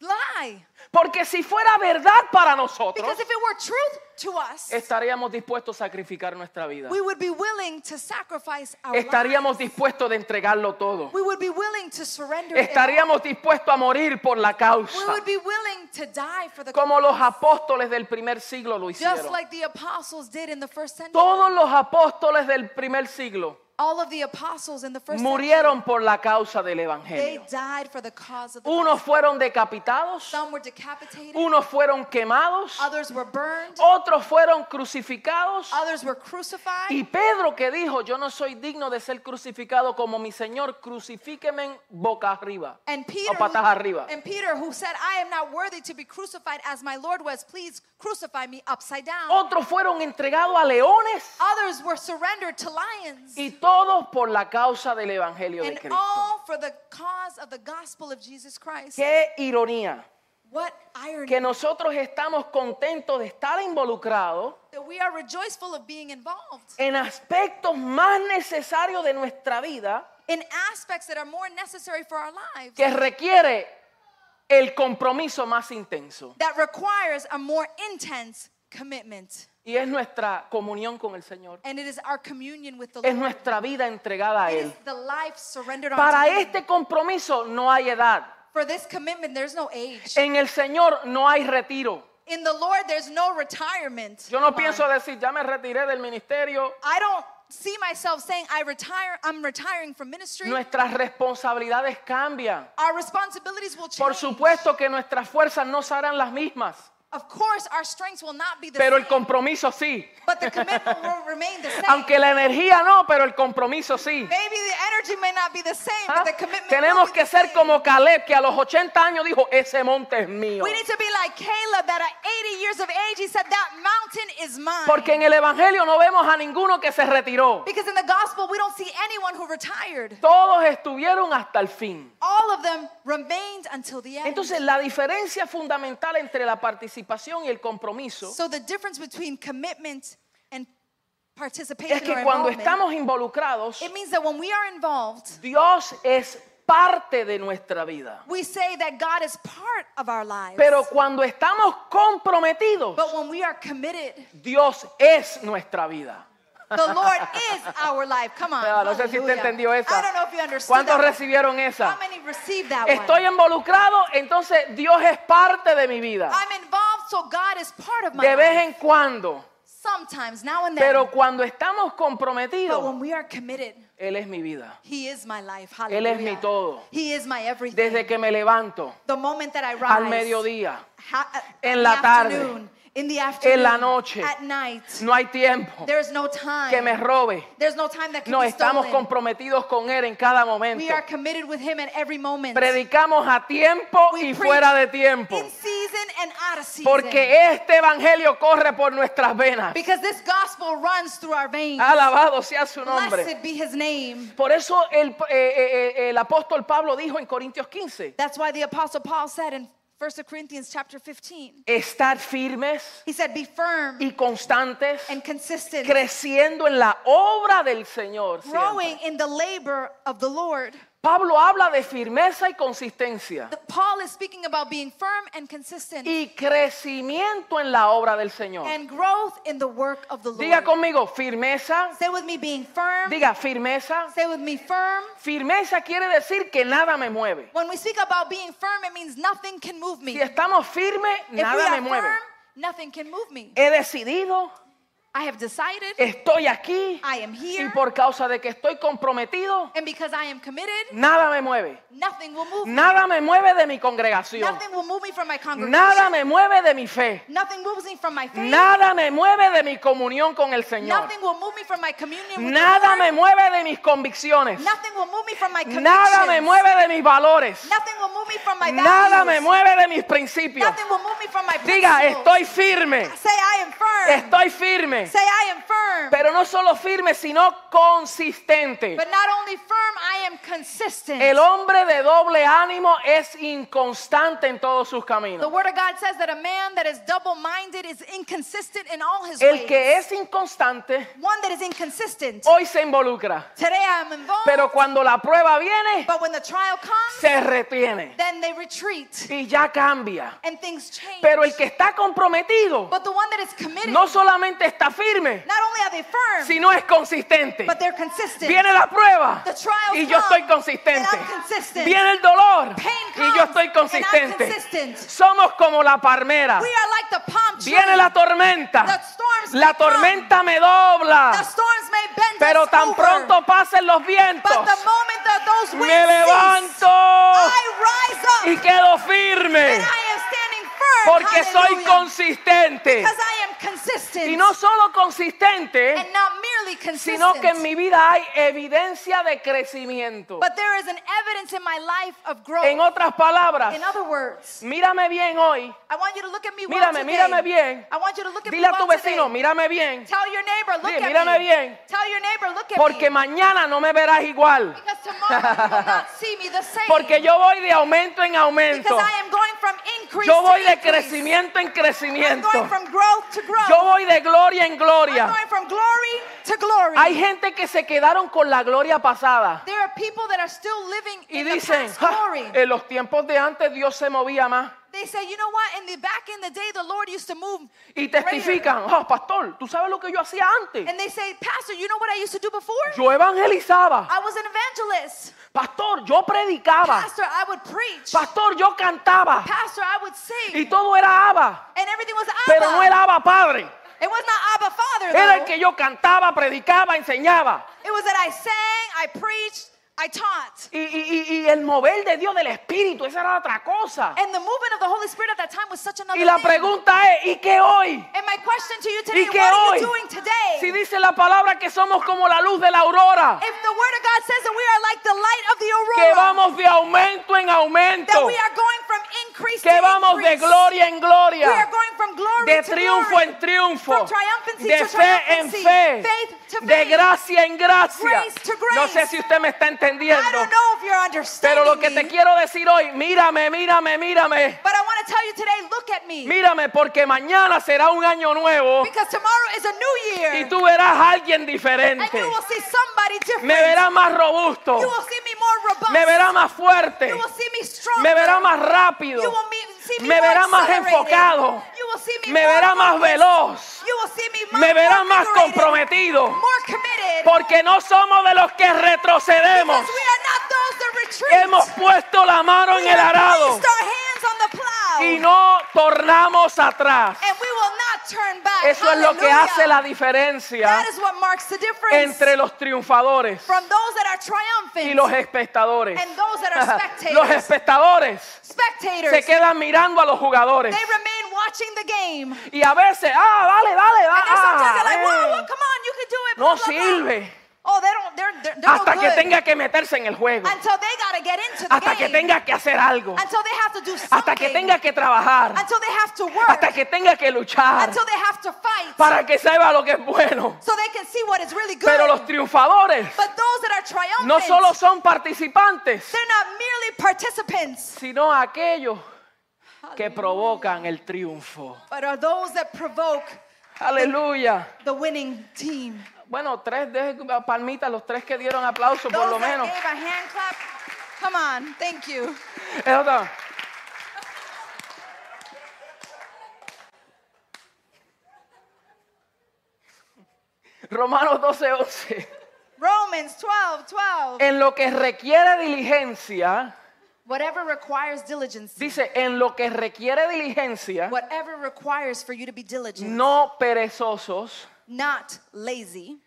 lie.
Porque si fuera verdad para nosotros,
Because if it were truth to us,
estaríamos dispuestos a sacrificar nuestra vida.
we would be willing to sacrifice our lives.
Estaríamos dispuestos de entregarlo todo.
We would be willing to surrender it all.
Estaríamos dispuestos a morir por la
We
causa,
would be willing to die for the
como los
cause,
apóstoles del primer siglo lo
just
hicieron.
like the apostles did in the first century.
Todos los apóstoles del primer siglo
All of the apostles in the first
murieron por la causa del
century,
Evangelio.
they died for the cause of the
Unos fueron decapitados,
Some were decapitated,
unos fueron quemados,
others were burned,
otros fueron crucificados.
others were crucified.
Y Pedro que dijo, yo no soy digno de ser crucificado como mi Señor, crucifíqueme boca arriba
And Peter,
o patas
who,
arriba.
and Peter, who said, I am not worthy to be crucified as my Lord was, please crucify me upside down.
Otros fueron entregados a leones
Others were surrendered to lions.
y todos por la causa del Evangelio de
And
Cristo.
all for the cause of the gospel of Jesus Christ.
Qué ironía
What irony
que nosotros estamos contentos de estar involucrados
that we are rejoiceful of being involved
en aspectos más necesarios de nuestra vida
in aspects that are more necessary for our lives,
que requiere el compromiso más intenso
that requires a more intense commitment.
y es nuestra comunión con el Señor,
And it is our communion with the
es
Lord.
nuestra vida entregada a
It is
Él.
the life surrendered
Para
unto Him.
este compromiso no hay edad.
For this commitment, there's no age.
En el Señor no hay retiro.
In the Lord, there's no retirement.
Yo no pienso decir, ya me retiré del ministerio.
I don't see myself saying I retire. I'm retiring from ministry.
Nuestras responsabilidades cambian.
Our responsibilities will
Por
change.
supuesto que nuestras fuerzas no serán las mismas,
Of course, our strengths will not be the
pero el
same,
compromiso sí.
but the commitment will remain the same.
Aunque la energía no, pero el compromiso sí.
Maybe the energy may not be the same,
¿Ah?
but the commitment will
Tenemos
be
que
the
ser
same.
como Caleb, que a los 80 años dijo, ese monte es mío.
We need to be like Caleb, that at 80 years of age, he said, "That mountain is mine."
Porque en el Evangelio no vemos a ninguno que se retiró.
because in the gospel, we don't see anyone who retired.
Todos estuvieron hasta el fin.
All of them remained until the end.
Entonces, la diferencia fundamental entre la participación y el compromiso
so the difference between commitment and participation
es
or
que cuando
involvement,
estamos involucrados,
it means that when we are involved,
Dios es parte de nuestra vida.
we say that God is part of our lives.
Pero cuando estamos comprometidos,
but when we are committed,
Dios es nuestra vida.
the Lord is our life. Come on.
Ah, No sé si usted
hallelujah.
entendió
I
esa.
don't know if you understood
¿Cuántos
that.
recibieron
How
esa?
many received that one?
Estoy involucrado, entonces Dios es parte de mi vida.
I'm involved, so God is part of my
De vez
life.
en cuando.
Sometimes, now and then.
Pero cuando estamos
but
comprometidos,
when we are committed,
Él es mi vida.
He is my life.
Él
Hallelujah.
es mi todo.
He is my everything.
Desde que me levanto,
the moment that I rise.
al mediodía,
ha- uh,
En
in
la
the
tarde.
Afternoon, in the afternoon.
noche.
At night.
no hay tiempo
There's no time.
que me robe.
There's no time that can
No,
be
estamos
stolen.
comprometidos con Él en cada momento.
We are committed with Him at every moment.
Predicamos a tiempo
We
y
preach
fuera de tiempo.
In season and out of season.
Porque este evangelio corre por nuestras venas.
Because this gospel runs through our veins.
Ah, Alabado sea su nombre.
Blessed be his name.
Por eso el, eh, eh, eh, el apóstol Pablo dijo en Corintios 15,
That's why the apostle Paul said in 1 Corinthians chapter 15.
Estar firmes
He said, Be firm
y constantes,
and consistent,
creciendo en la obra del Señor. siempre.
growing in the labor of the Lord.
Pablo habla de firmeza y consistencia
The- Paul is speaking about being firm and consistent
y crecimiento en la obra del Señor.
and growth in the work of the
Diga
Lord.
conmigo, firmeza.
Say with me, being firm.
Diga firmeza.
Say with me, firm.
Firmeza quiere decir que nada me mueve.
When we speak about being firm, it means nothing can move me.
Si estamos firmes,
If we
nada me
are
mueve.
firm, nothing can move me.
He decidido,
I have decided,
estoy aquí
I am
y
here,
por causa de que estoy comprometido,
and because I am committed,
nada me mueve.
nothing will move me.
Nada me mueve de mi congregación.
Nothing will move me from my
Nada
congregation.
me mueve de mi fe.
Nothing moves me from my faith.
Nada me mueve de mi comunión con el Señor.
Nothing will move me from my communion with the
Nada me
Lord.
mueve de mis convicciones.
Nothing will move me from my convictions.
Nada me mueve de mis valores.
Nothing will move me from my values.
Nada me mueve de mis principios.
Nothing will move me from my
Diga,
principles.
estoy firme.
Say I am firm.
Estoy firme.
Say I am firm.
Pero no solo firme, sino consistente.
but not only firm, I am consistent.
El hombre de doble ánimo es inconstante en todos sus
The
caminos.
word of God says that a man that is double-minded is inconsistent in all his
El que
ways.
es inconstante
One that is inconsistent.
hoy se involucra,
Today I am involved,
pero cuando la prueba viene,
but when the trial comes,
se retiene
then they retreat
y ya cambia.
and things change.
Pero el que está comprometido
but the one that is committed,
no solamente está firme,
not only are they firm,
sino es consistente.
but they're consistent.
Viene la prueba
The trials
y yo
come,
estoy consistente.
and I'm consistent.
Viene el dolor
Pain
y yo
comes,
estoy
and I'm
consistente.
consistent.
Somos como la palmera.
we are like the palm tree.
Viene la tormenta.
The storms
La
may come.
tormenta me
the
dobla.
storms may bend
Ah. Pero
us
tan
over,
pronto pasen los
but
vientos,
the moment that those winds
me
cease,
levanto
I rise up
y quedo firme.
and I am standing firm.
Porque soy
Hallelujah.
consistente.
Because I am consistent
Y no solo consistente,
and not merely consistent.
sino que en mi vida hay evidencia de crecimiento.
But there is an evidence in my life of growth.
En otras palabras,
in other words,
mírame bien hoy.
I want you to look at me well
Mírame,
today.
mírame bien.
I want you to look at me
Dile a tu
well
vecino,
today.
mírame bien.
Tell your neighbor, look
Dile,
at
mírame
me.
bien.
Tell your neighbor, look at
Porque
me.
mañana no me verás igual.
Because tomorrow you will not see me the same.
Porque yo voy de aumento en aumento.
because I am going from increase
Yo voy
to
de
increase.
crecimiento en
I'm
crecimiento.
going from growth to growth.
Yo voy de gloria en
I'm
gloria.
going from glory to glory.
Hay gente que se quedaron con la gloria pasada
there are people that are still living
y
in
dicen,
the past
"Ja, eh,
glory.
en los tiempos de antes Dios se movía más.
They say, you know what? In the back in the day, the Lord used to move.
Y
greater."
testifican, "Ah, pastor, tú sabes lo que yo hacía antes.
And they say, Pastor, you know what I used to do before?
Yo evangelizaba.
I was an evangelist.
Pastor, yo predicaba.
Pastor, I would preach.
Pastor, yo cantaba.
Pastor, I would
Y
sing.
todo era Abba.
And everything was
Pero no
Abba.
era Abba Padre.
It was not Abba Father,
Era el
though.
que yo cantaba, predicaba, enseñaba.
It was that I sang, I preached, I taught.
Y, y- y- y el mover de Dios del Espíritu, esa era otra cosa.
And the movement of the Holy Spirit at that time was such another
Y la
thing.
pregunta es, ¿y qué hoy?
And my question to you
¿Y
today,
qué
what are
hoy?
you doing
Si
today?
dice la palabra que somos como la luz de la aurora,
If the Word of God says that we are like the light of the
que
aurora,
vamos de aumento en
that
aumento,
we are going from increase to
que vamos de
increase.
gloria en
We are
gloria,
going from glory
de
to
triunfo
glory,
en triunfo,
from triumphancy
de
to
fe en
triumphancy,
fe,
faith to
de
faith,
gracia en gracia.
grace to
No
grace.
sé si usted me está
I
entendiendo,
don't know if you're understanding
pero lo que te
me,
quiero decir hoy, mírame, mírame, mírame.
but I want to tell you today, look at me.
Mírame porque mañana será un año nuevo
Because tomorrow is a new year.
y tú verás a alguien
and
diferente.
you will see somebody different.
Me verá más robusto,
you will see me more robust.
me verá más fuerte,
you will see me stronger.
me verá más rápido,
you will me, see me,
me
more
verá más
accelerated.
enfocado,
You will see me,
me
more
verá más
focused.
veloz,
You will see me, more-
me verá
more
más
invigorated,
comprometido,
More committed.
porque no somos de los que retrocedemos.
because we are not those that retreat.
Hemos puesto la mano en
we
el
have
arado
placed our hands on the plow.
y no tornamos atrás.
and we will not turn back.
Eso es lo que
Hallelujah.
hace la diferencia
That is what marks the difference
entre los triunfadores.
from those that are
y
triumphant
los espectadores.
and those that are spectators.
Los espectadores
spectators,
se quedan mirando a los jugadores.
they remain watching the game.
Y a veces, ah, dale, dale,
And they're sometimes they're like,
dale.
whoa,
ah,
whoa, come on, you can do it.
No
Blah, blah, blah.
sirve
Oh, they don't, they're, they're, they're
hasta
no
que
good.
tenga que meterse en el juego,
until they got to get into the
hasta que
game.
tenga que hacer algo,
until they have to do something.
hasta que tenga que trabajar,
until they have to work.
hasta que tenga que luchar,
until they have to fight.
para que sepa lo que es bueno.
so they can see what is really good.
Pero los triunfadores
but those that are triumphant,
no solo son participantes,
they're not merely participants,
sino aquellos que provocan el triunfo.
but are those that provoke
Aleluya.
the winning team.
Bueno, tres de palmitas, los tres que dieron aplauso por lo
Those that
menos.
gave a hand clap, come on, thank you.
Es otra. Romanos 12, 11.
Romans 12, 12.
En lo que requiere diligencia,
Whatever requires diligence,
dice, en lo que requiere diligencia,
whatever requires for you to be diligent,
no perezosos,
not lazy,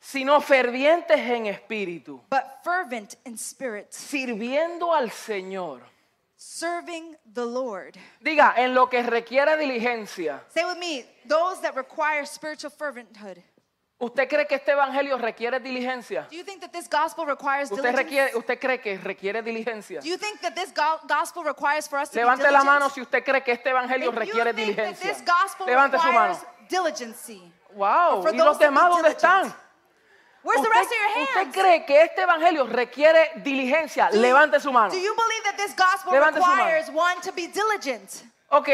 sino fervientes en espíritu,
but fervent in spirit,
sirviendo al Señor.
serving the Lord.
Diga, en lo que requiere diligencia.
Say with me, those that require spiritual ferventhood.
¿Usted cree que este evangelio requiere diligencia?
Do you think that this gospel requires
¿Usted,
diligence?
requiere, usted cree que requiere diligencia?
Do you think that this go- gospel requires for us to be
Levante la
diligent?
mano si usted cree que este evangelio
If you
requiere
think that
diligencia.
this gospel
Levante su mano.
requires diligency.
Wow,
for
¿y
those
los
that be
demás dónde
diligent?
están?
Where's the
¿Usted-
rest of your hands?
¿Usted cree que este evangelio requiere diligencia?
Do you-
Levante su mano.
Do you believe that this gospel
Levante su mano.
requires one to be diligent?
Ok,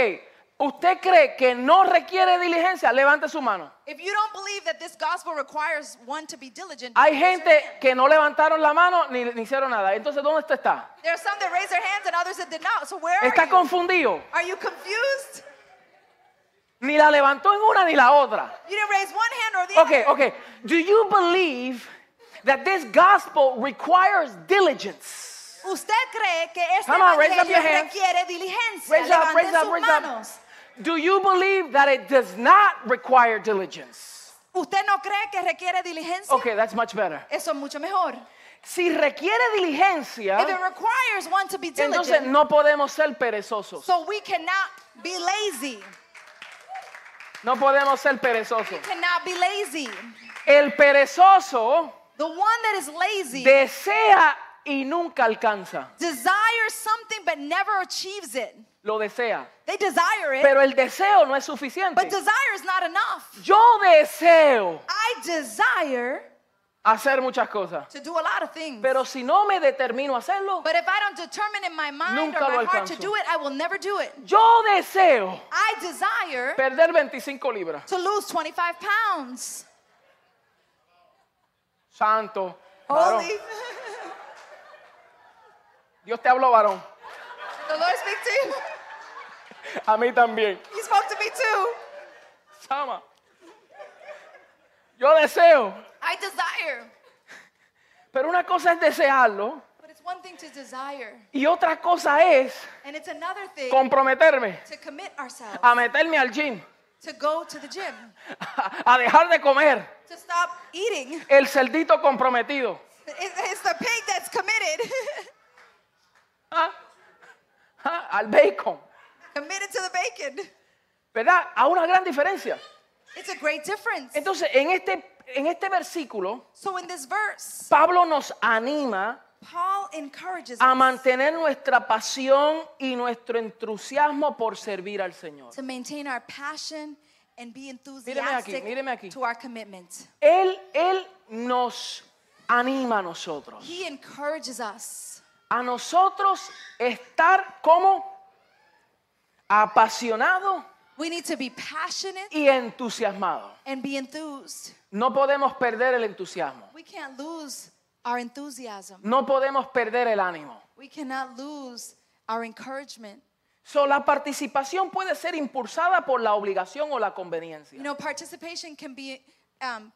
¿usted cree que no requiere diligencia? Levante su mano.
If you don't believe that this gospel requires one to be diligent,
Hay
raise your
gente
hand.
que no levantaron la mano ni, ni hicieron nada. Entonces, ¿dónde usted está?
There are some that raised their hands and others that did not. So where are
Está
you?
confundido.
Are you confused?
Ni la levantó en una ni la otra.
You didn't raise one hand or the
Okay,
other.
okay. Do you believe that this gospel requires diligence?
Usted cree que este
Come on, raise up
evangelio
your hands.
requiere diligencia.
Raise up,
Levanten
raise up,
sus
raise
manos.
up. Do you believe that it does not require diligence?
¿Usted no cree que requiere diligencia?
Okay, that's much better.
Eso es mucho mejor.
Si requiere
If it
diligencia,
requires one to be diligent,
entonces no podemos ser perezosos.
so we cannot be lazy.
No podemos ser perezosos.
Cannot be lazy.
El perezoso
The one that is lazy
desea y nunca alcanza.
desires something but never achieves it.
Lo desea.
They desire it,
Pero el deseo no es
but
suficiente.
desire is not enough.
Yo deseo
I desire
hacer muchas cosas.
to do a lot of things.
Pero si no me determino a hacerlo,
but if I don't determine in my mind
Nunca
or my
lo
heart to
alcanzo.
do it, I will never do it.
yo deseo
I desire
perder 25 libras.
to lose 25 pounds.
Santo. varón.
Holy.
Dios te habló, varón.
the Lord speak to you.
A mí también.
He spoke to me too.
Sama. Yo deseo.
I desire.
Pero una cosa es desearlo
But it's one thing to desire,
y otra cosa es
and it's another thing
comprometerme
to commit ourselves,
a meterme al gym,
to go to the gym,
a dejar de comer.
to stop eating.
El cerdito comprometido.
It- It's the pig that's committed,
Ah, ah, Al bacon.
committed to the bacon.
¿Verdad? A una gran diferencia.
It's a great difference.
Entonces, en este, en este versículo,
So in this verse,
Pablo nos anima
Paul encourages
a
us
mantener nuestra pasión y nuestro entusiasmo por servir al Señor.
to maintain our passion and be
aquí,
enthusiastic
míreme aquí.
to our commitment.
Él, él nos anima a nosotros.
He encourages us
A nosotros estar como apasionado
We need to be passionate
y entusiasmado.
and be enthused.
No podemos perder el entusiasmo.
We can't lose our enthusiasm.
No podemos perder el ánimo.
We cannot lose our encouragement.
So, la participación puede ser impulsada por la obligación o la conveniencia.
You know, participation can be um,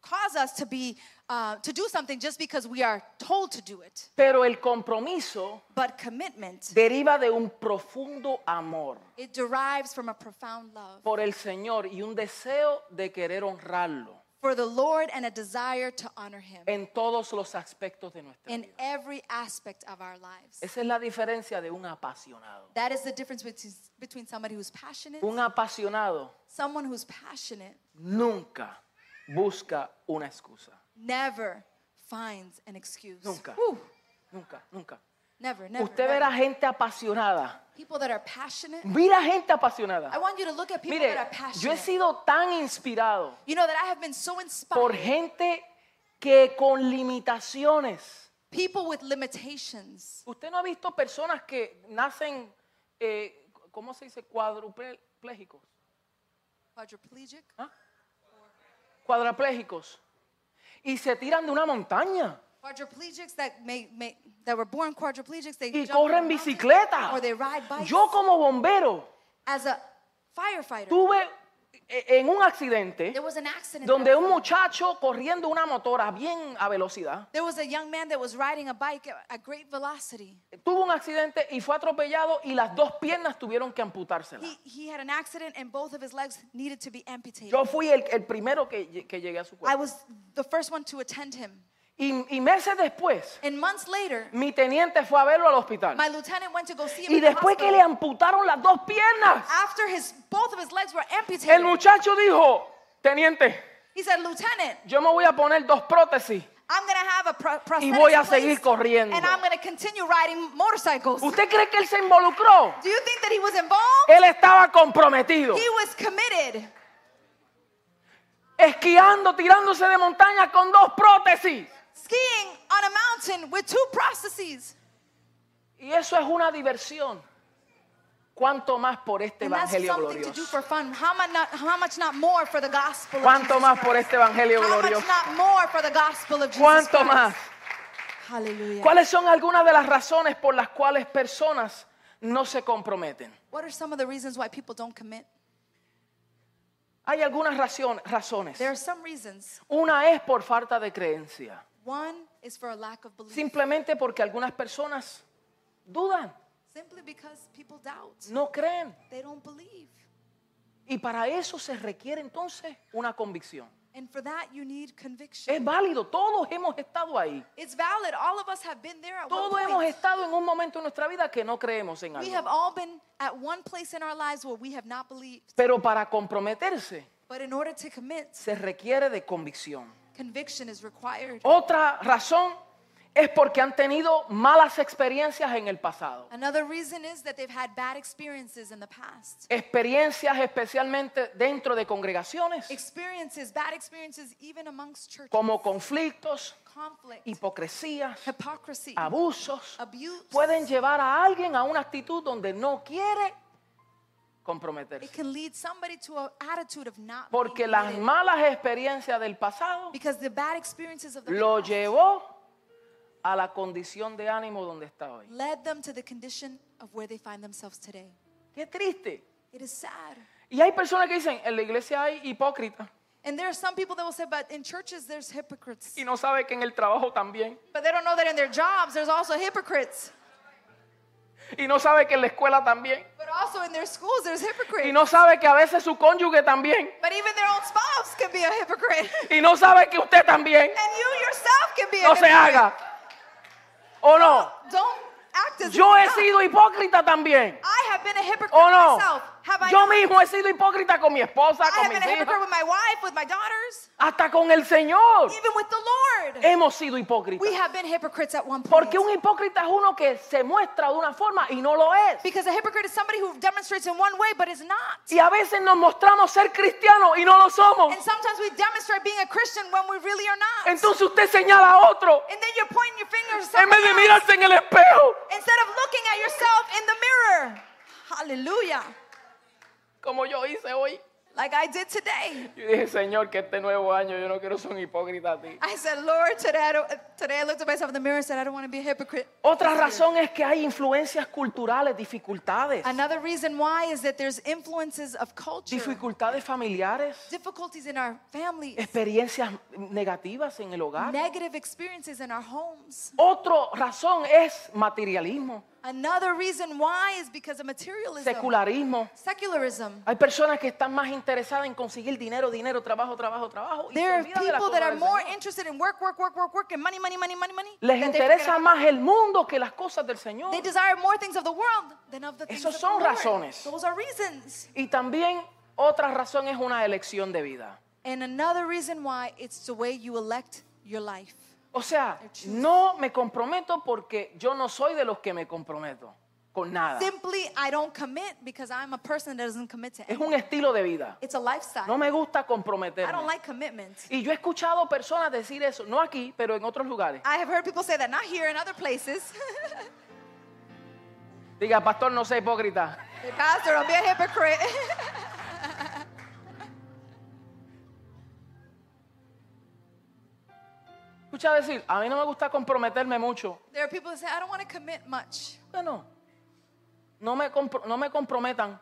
cause us to be uh, to do something just because we are told to do it.
Pero el compromiso
But commitment
deriva de un profundo amor
it derives from a profound love
por el Señor y un deseo de querer honrarlo
for the Lord and a desire to honor Him
en todos los aspectos de nuestra
in
vida.
every aspect of our lives.
Esa es la diferencia de un apasionado.
That is the difference between between somebody who's passionate,
Un apasionado
someone who's passionate
nunca busca una excusa.
never finds an excuse.
Nunca. Nunca, nunca.
Never, never.
Usted
never.
verá gente apasionada.
people that are passionate.
Mira gente
I
apasionada.
want you to look at people
Mire,
that
yo
are
he
passionate.
sido tan inspirado
you know that I have been so
por
inspired.
gente que con limitaciones.
People with limitations.
Usted no ha visto personas que nacen eh, ¿cómo se dice? Cuadruplégicos.
Quadriplegic.
¿ah? Cuadraplégicos. Y se tiran de una montaña.
Quadriplegics that may, may that were born quadriplegics, they
Y
jump on
corren
mountains
bicicleta.
or they ride bikes.
Yo como bombero
As a firefighter,
tuve e- en un accidente
there was an accident.
donde
that
un
was-
muchacho corriendo una motora bien a velocidad
there was a young man that was riding a bike at, at great velocity.
tuvo un accidente y fue atropellado y las dos piernas tuvieron que amputárselas.
He, he had an accident and both of his legs needed to be amputated.
Yo fui el, el primero que, lle- que llegué a su
I
cuerpo.
was the first one to attend him.
Y, y meses después,
And months later,
mi teniente fue a verlo al hospital.
my lieutenant went to go see him
Y
in the
después que
hospital.
le amputaron las dos piernas,
After his both of his legs were amputated,
el muchacho dijo, teniente,
he said, "Lieutenant,
yo me voy a poner dos prótesis.
I'm going to have a pro- prosthetic
voy a
place,
seguir corriendo."
and I'm going to continue riding motorcycles."
¿Usted cree que él se involucró?
Do you think that he was involved?
Él estaba comprometido.
He was committed.
Esquiando, tirándose de montaña con dos prótesis.
Skiing on a mountain with two processes.
Y eso es una diversión. Cuanto más por este
And that's
evangelio
something to do
glorioso.
for fun. How much not, how much not more for the gospel of
¿Cuánto
Jesus
más por
Christ?
este evangelio
How much
glorioso?
not more for the gospel of Jesus
¿Cuánto
Christ?
más?
Hallelujah.
¿Cuáles son algunas de las razones por las cuales personas no se comprometen?
What are some of the reasons why people don't commit?
Hay algunas racion- razones.
There are some reasons.
Una es por falta de creencia.
One is for a lack of belief.
Simplemente porque algunas personas dudan,
Simply because people doubt.
no creen.
They don't believe.
Y para eso se requiere entonces una convicción.
And for that you need conviction.
Es válido, todos hemos estado ahí.
It's valid. All of us have been there at
Todos
one
hemos
point.
estado en un momento de nuestra vida que no creemos en algo.
We have all been at one place in our lives where we have not believed.
Pero para comprometerse
But in order to commit,
se requiere de convicción.
conviction is required.
Otra razón es porque han tenido malas experiencias en el pasado.
Another reason is that they've had bad experiences in the past.
Experiencias especialmente dentro de congregaciones,
Experiences, bad experiences, even amongst churches.
como conflictos,
conflict,
hipocresías,
hypocrisy,
abusos,
abuse.
pueden llevar a alguien a una actitud donde no quiere
It
comprometerse.
can lead somebody to an attitude of not being
Porque las
committed.
malas experiencias del pasado
because the bad experiences of the
lo
past
llevó a la condición de ánimo donde está hoy.
led them to the condition of where they find themselves today.
Qué triste.
It is sad.
Y hay personas que dicen, en la iglesia hay hipócritas
And there are some people that will say, but in churches there's hypocrites.
y no sabe que en el trabajo también.
But they don't know that in their jobs there's also hypocrites.
Y no sabe que en la escuela también.
But also in their schools there's hypocrites.
Y no sabe que a veces su cónyuge también.
But even their own spouse can be a hypocrite.
Y no sabe que usted también.
And you yourself can be a
No se
hypocrite.
haga. ¿O no?
Don't act as
Yo
if
he
you're not.
sido hipócrita también.
I have been a hypocrite
¿O Oh, no?
myself. Have I
Yo
not?
mismo he sido hipócrita con mi esposa,
I
con
have been a
mis
hypocrite
hijos,
with my wife, with my daughters,
hasta con el Señor.
even with the Lord.
Hemos sido
We
hipócritas.
have been hypocrites at one point.
Porque un hipócrita es uno que se muestra de una forma y no lo es.
Because a hypocrite is somebody who demonstrates in one way but is not.
Y a veces nos mostramos ser cristianos y no lo somos.
And sometimes we demonstrate being a Christian when we really are not.
Entonces usted señala a otro
and then you're pointing your finger
en
at
vez
somebody
de
else
mirarse en el espejo.
instead of looking at yourself in the mirror. Hallelujah.
Como yo hice hoy.
Like I did today.
Yo dije, Señor, que este nuevo año yo no quiero ser un hipócrita a ti.
I said, Lord, today I, don't, today I looked at myself in the mirror and said, I don't want to be a hypocrite.
Otra razón es que hay influencias culturales, dificultades,
Another reason why is that there's influences of culture,
dificultades familiares,
difficulties in our families,
experiencias negativas en el hogar.
negative experiences in our homes.
Otra razón es materialismo,
Another reason why is because of materialism,
secularismo.
secularism.
Hay personas que están más interesadas en conseguir dinero, dinero, trabajo, trabajo, trabajo. y se
There are
olvidan de la
people
cosa
that are
del
more
Señor.
interested in work, work, work, work, work, and money, money, money, money, money.
Les
that they
interesa
forget-
más el mundo que las cosas del Señor.
They desire more things of the world than of the things
Esos
of
son
the Lord.
razones.
Those are reasons.
Y también otra razón es una elección de vida.
And another reason why it's the way you elect your life.
O sea,
They're choosing.
no me comprometo porque yo no soy de los que me comprometo con nada.
Simply, I don't commit because I'm a person that doesn't commit to
Es
anything.
un estilo de vida.
It's a lifestyle.
No me gusta
I don't
comprometerme.
like commitment.
Y yo he escuchado personas decir eso, no aquí, pero en otros lugares.
I have heard people say that not here in other places.
Diga, pastor, no sea hipócrita.
Hey, Pastor, don't be a hypocrite.
Escucha decir, a mí no me gusta comprometerme mucho.
there are people that say, I don't want to commit much.
Bueno, no me, compro- no me comprometan.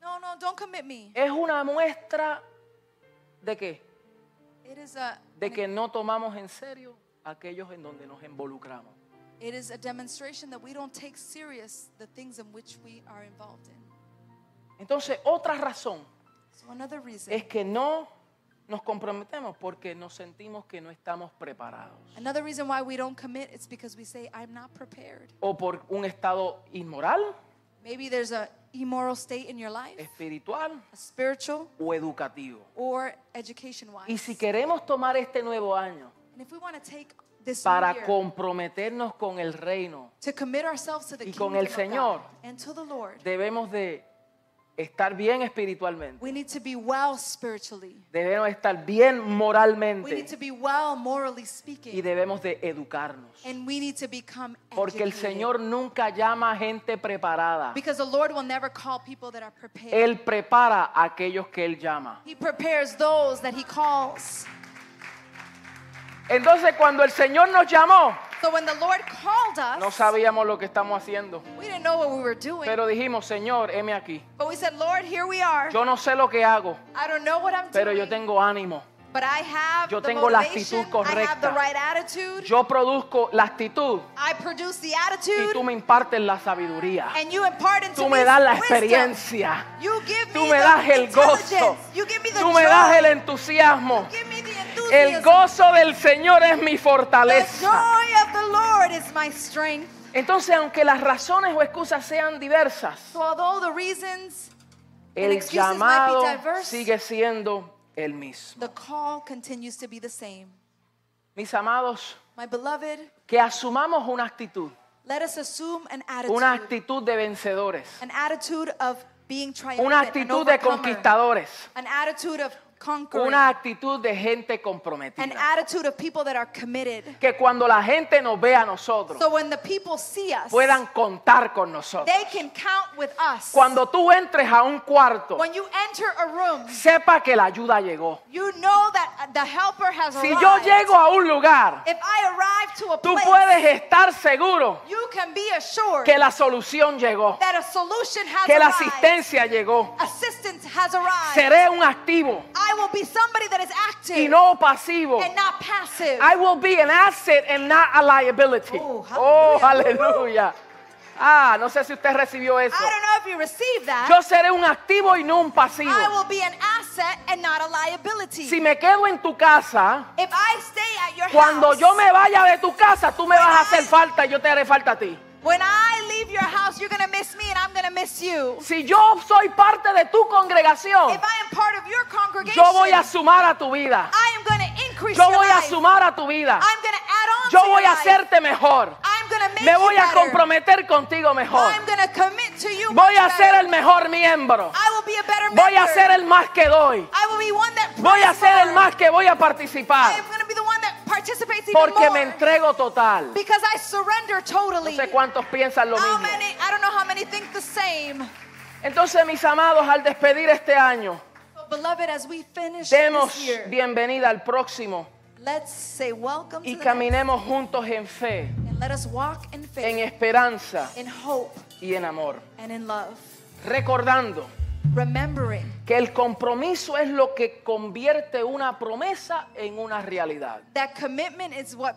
No, no, don't commit me.
Es una muestra de qué?
It is a,
De que no tomamos en serio aquellos en donde nos involucramos.
it is a demonstration that we don't take serious the things in which we are involved in.
Entonces, otra razón
So another reason,
es que no nos comprometemos porque nos sentimos que no estamos preparados
another reason why we don't commit, it's because we say, I'm not prepared.
o por un estado inmoral,
Maybe there's a immoral state in your life,
espiritual
a spiritual
o educativo.
or education
Y
wise.
si queremos tomar este nuevo año
And if we want to take this
para
year
comprometernos con el reino,
to commit ourselves to the
y
kingdom
con el
of God
Señor.
and to the Lord,
debemos de estar bien espiritualmente,
we need to be well spiritually.
debemos estar bien
We need to
moralmente
be well morally
y
speaking.
debemos de educarnos.
And we need to become
Porque el
educated.
Señor nunca llama a gente preparada.
Because the Lord will never call people that are prepared.
Él prepara a aquellos que Él llama.
he prepares those that he calls.
Entonces cuando el Señor nos llamó,
So when the Lord called us,
no sabíamos lo que estamos haciendo.
we didn't know what we were doing.
Pero dijimos, Señor, heme aquí.
but we said, Lord, here we are.
Yo no sé lo que hago,
I don't know what I'm
pero
doing.
yo tengo ánimo.
but I have
Yo
the
tengo la
motivation.
actitud
I have the
correcta.
right attitude.
Yo produzco la actitud
I produce the
y
attitude.
tú me impartes la sabiduría.
and you impart into
Tú
me
me das la
wisdom.
experiencia.
You give
Tú
me
me
the
das el gozo.
intelligence. You give me the
Tú me
joy.
das el entusiasmo.
Give me the
El
enthusiasm.
gozo del Señor es mi
The
fortaleza.
joy of the Lord is my strength.
Entonces, aunque las razones o excusas sean diversas,
So although the reasons, And
el
excuses might be
llamado
diverse.
sigue siendo el mismo.
the call continues to be the same.
Mis amados,
My beloved,
que asumamos una actitud,
let us assume an attitude,
una actitud de vencedores,
an attitude of being triumphant,
una
an,
actitud de
overcomer,
conquistadores,
an attitude of conquering,
una actitud de gente
an
comprometida.
attitude of people that are committed.
Que cuando la gente nos vea a nosotros,
So when the people see us,
puedan contar con nosotros.
they can count with us.
Cuando tú entres a un cuarto,
When you enter a room,
sepa que la ayuda llegó.
you know that the helper has
Si
arrived.
yo llego a un lugar,
if I arrive to a
tú
place,
puedes estar seguro
you can be assured
que la solución llegó,
that a solution has
que la
arrived.
asistencia llegó.
Assistance has arrived.
Seré un activo
I will be somebody that is active
y no pasivo.
and not passive.
I will be an asset and not a liability.
Oh,
Oh,
hallelujah.
aleluya. Ah, no sé si usted recibió eso.
I don't know if you receive that.
Yo seré un activo y no un pasivo.
I will be an asset and not a liability.
Si me quedo en tu casa,
if I stay at your
cuando
house,
yo me vaya de tu casa, tú me vas a hacer falta y yo te haré falta a ti.
when I leave your house, you're going to miss me and I'm going to miss you.
Si yo soy parte de tu congregación,
If I am part of your congregation,
yo voy a sumar a tu vida.
I am going to increase
Yo
your
voy a
life.
sumar a tu vida.
I'm going to add on
Yo
to
voy
your
a
life.
hacerte mejor.
I'm going to make
Me
you
voy a
better.
comprometer contigo mejor.
I'm going to commit to you.
Voy a
much
ser
better.
el mejor miembro.
I will be a better
Voy a
member.
ser el más que doy.
I will be one that
Voy a
prays
ser el
more.
más que voy a
I
participar.
am going to be the one that participates even
Porque
more.
me entrego total.
Because I
No
surrender totally.
sé cuántos piensan lo mismo.
how many? I don't know how many think the same.
Entonces, mis amados, al despedir este año,
So, beloved, as we finish
demos
this year,
bienvenida al próximo
let's say welcome
y
to the next,
caminemos juntos en fe,
and let us walk in
en
faith,
esperanza
in hope,
y en amor.
and in love,
Recordando
remembering
que el compromiso es lo que convierte una promesa en una realidad.
that commitment is what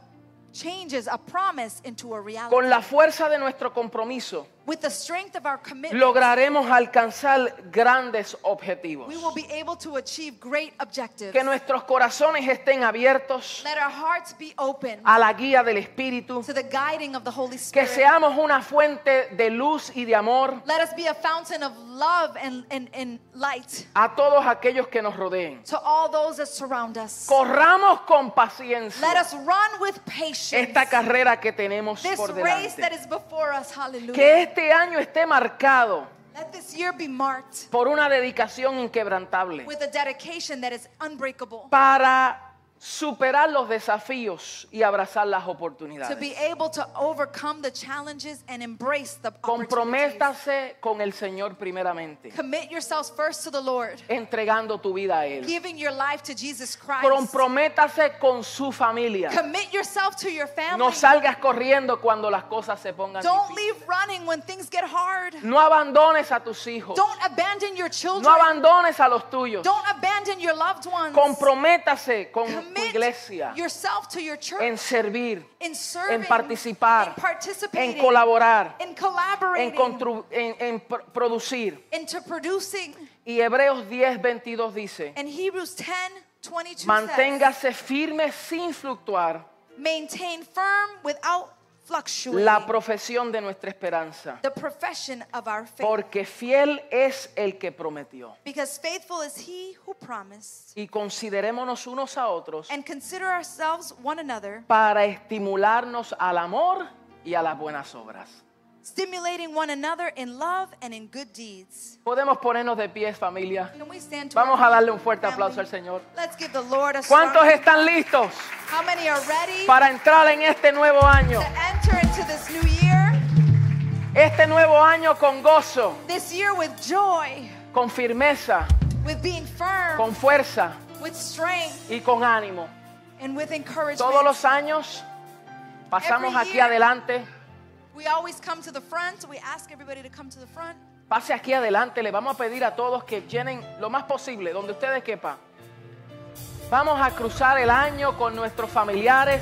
changes a promise into a reality.
Con la fuerza de nuestro compromiso
With the strength of our commitment,
lograremos alcanzar grandes objetivos.
we will be able to achieve great objectives.
Que nuestros corazones estén abiertos
Let our hearts be open
a la guía del Espíritu.
to the guiding of the Holy
Ah. Que
Spirit.
seamos una fuente de luz y de amor
Let us be a fountain of love and, and, and light
a todos aquellos que nos rodeen.
to all those that surround us.
Corramos con
Let
paciencia
us run with patience
esta carrera que tenemos
this
por
race that
delante.
is before us. Hallelujah.
Que este año esté marcado
Let this year be marked
por una dedicación inquebrantable
with a dedication that is unbreakable
para superar los desafíos y abrazar las
to be
oportunidades.
able to overcome the challenges and embrace the opportunities.
Comprométase con el Señor primeramente,
Commit yourselves first to the Lord,
entregando tu vida a Él.
giving your life to Jesus Christ.
Comprométase con su familia.
Commit yourself to your family.
No salgas corriendo cuando las cosas se pongan
Don't
difíciles.
leave running when things get hard.
No abandones a tus hijos.
Don't abandon your
No
children.
abandones a los tuyos.
Don't abandon your loved ones.
Comprométase con tu
Commit
iglesia
yourself to your
en
church,
servir,
in serving,
en participar,
in participating,
en colaborar,
in
en,
collaborating,
constru- en- en pr- producir.
into producing.
Y Hebreos 10, 22 dice,
And Hebrews 10, 22 says,
manténgase firme sin fluctuar
maintain firm without fluctuating
la profesión de nuestra esperanza,
the profession of our faith.
porque fiel es el que prometió.
because faithful is he who promised.
Y considerémonos unos a otros
And consider ourselves one another,
para estimularnos al amor y a las buenas obras.
stimulating one another in love and in good deeds.
Podemos ponernos de pies, familia.
Can we stand to
Vamos
our
a darle un fuerte
family?
aplauso al Señor.
Let's give the Lord a
¿Cuántos
strong-
están listos
How many are ready
para entrar en este nuevo año?
to enter into this new year?
Este nuevo año con gozo,
This year with joy,
con firmeza,
with being firm,
con fuerza
with strength,
y con ánimo.
and with encouragement.
Todos los años pasamos
Every
aquí
year.
adelante.
We always come to the front. We ask everybody to come to the front.
Pase aquí adelante. Le vamos a pedir a todos que llenen lo más posible, donde ustedes quepan. Vamos a cruzar el año con nuestros familiares,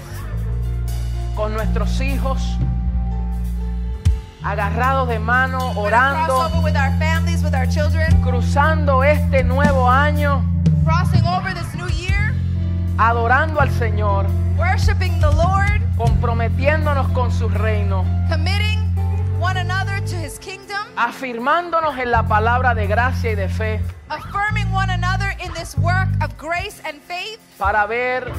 con nuestros hijos, agarrados de mano,
We're gonna cross
orando,
over with our families, with our children,
cruzando este nuevo año,
crossing over this new year,
adorando al Señor,
worshiping the Lord,
comprometiéndonos con su reino,
committing one another to His kingdom,
afirmándonos en la palabra de gracia y de fe
affirming one another in this work of grace and faith
para ver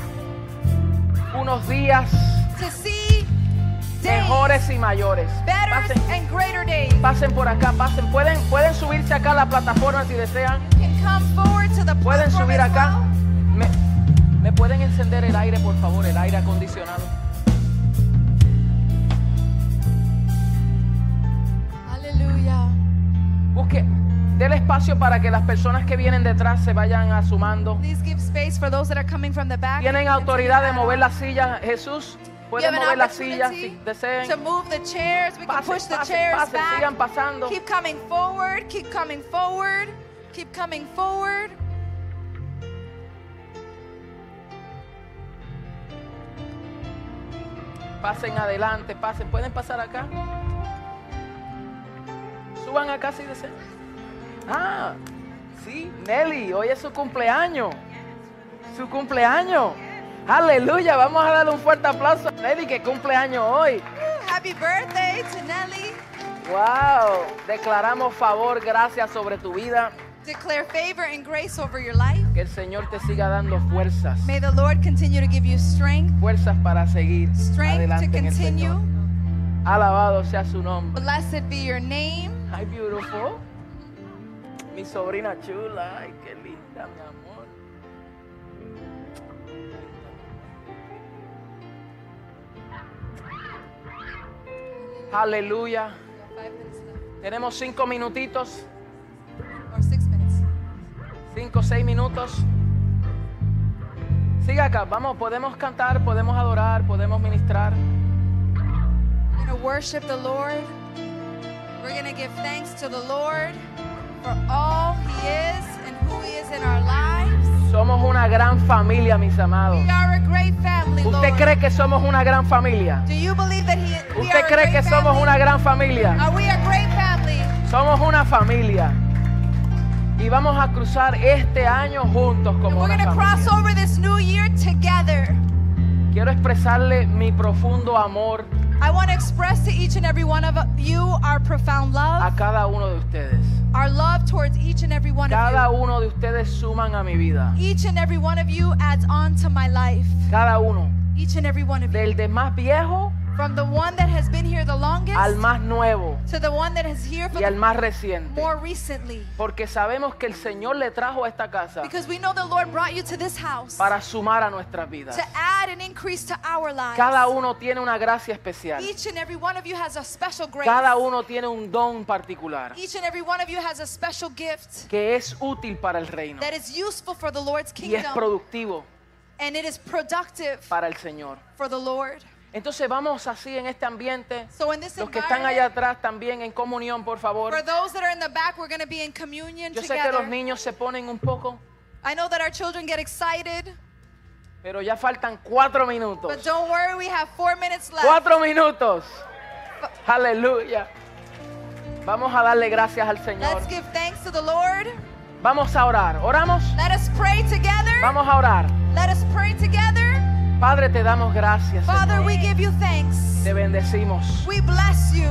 unos días
to see days,
mejores y mayores.
better
Pasen,
and greater days.
pasen por acá, pasen. Pueden, pueden subirse acá a la plataforma si desean.
can come forward to the
Pueden
platform
subir
as
acá.
well.
Me, me pueden encender el aire, por favor, el aire acondicionado.
Hallelujah.
Busque, del espacio para que las personas que vienen detrás se vayan asumando.
Please give space for those that are coming from the back.
Tienen autoridad de mover las sillas. Jesús,
You have
pueden
an
mover las sillas
opportunity
si desean.
to move the chairs. We can
Pasen,
push the
pasen,
chairs
pasen,
back.
sigan pasando.
Keep coming forward. Keep coming forward. Keep coming forward.
Pasen adelante, pasen. Pueden pasar acá. Suban acá si desean. Ah, sí, Nelly, hoy es su cumpleaños. Su cumpleaños. Aleluya, vamos a darle un fuerte aplauso a Nelly que cumpleaños hoy.
Happy birthday to Nelly.
Wow, declaramos favor, gracias sobre tu vida.
Declare favor and grace over your life.
Que el Señor te siga dando fuerzas.
May the Lord continue to give you strength,
Fuerzas para seguir.
strength
adelante
to
en el
continue.
Señor. Alabado sea su nombre.
Blessed be your name.
Ay, beautiful. Mi sobrina chula. Ay, qué linda, mi amor. Aleluya.
Five minutes left,
Tenemos cinco minutitos,
or six minutes.
cinco, seis minutos. Siga acá, vamos, podemos cantar, podemos adorar, podemos ministrar.
We're going to worship the Lord. We're going to give thanks to the Lord for all He is and who He is in our lives.
Somos una gran familia, mis amados.
We are a great family,
¿Usted
Lord.
cree que somos una gran familia?
Do you believe that He we
¿Usted
are a
cree
great
que somos
family?
una gran familia?
Are we a great family?
Somos una familia y vamos a cruzar este año juntos
And
como
we're
una
going to cross
familia.
over this new year together.
Quiero expresarle mi profundo amor
I want to express to each and every one of you our profound
a
love,
cada uno de ustedes.
our love towards each and every one
Ah. Cada
of
uno de ustedes suman a mi vida.
you. Each and every one of you adds on to my life.
Cada uno,
Each and every one of you.
del de más viejo
From the one that has been here the longest
al
past
más nuevo
to the one that is here for
y al
the
más reciente.
more recently.
Porque sabemos que el Señor le trajo a esta casa
Because we know the Lord brought you to this house
para sumar a nuestras vidas.
to add an increase to our lives.
Cada uno tiene una gracia especial.
Each and every one of you has a special grace.
Cada uno tiene un don particular
Each and every one of you has a special gift
que es útil para el reino
that is useful for the Lord's
y es
kingdom
productivo
and it is productive
para el Señor.
for the Lord.
Entonces vamos así en este ambiente.
So in this
Los que están allá atrás
environment,
también en comunión, por favor.
for those that are in the back, we're going to be in communion
Yo sé que los
together.
niños se ponen un poco,
I know that our children get excited,
pero ya faltan cuatro
but
minutos.
don't worry, we have four minutes left.
Cuatro minutos. Aleluya. Vamos a darle gracias al Señor.
Let's give thanks to the Lord.
Vamos a orar. Oramos.
Let us pray together.
Vamos a orar.
Let us pray together.
Padre, te damos gracias. Señor.
Father, we give you thanks.
Te bendecimos.
We bless you.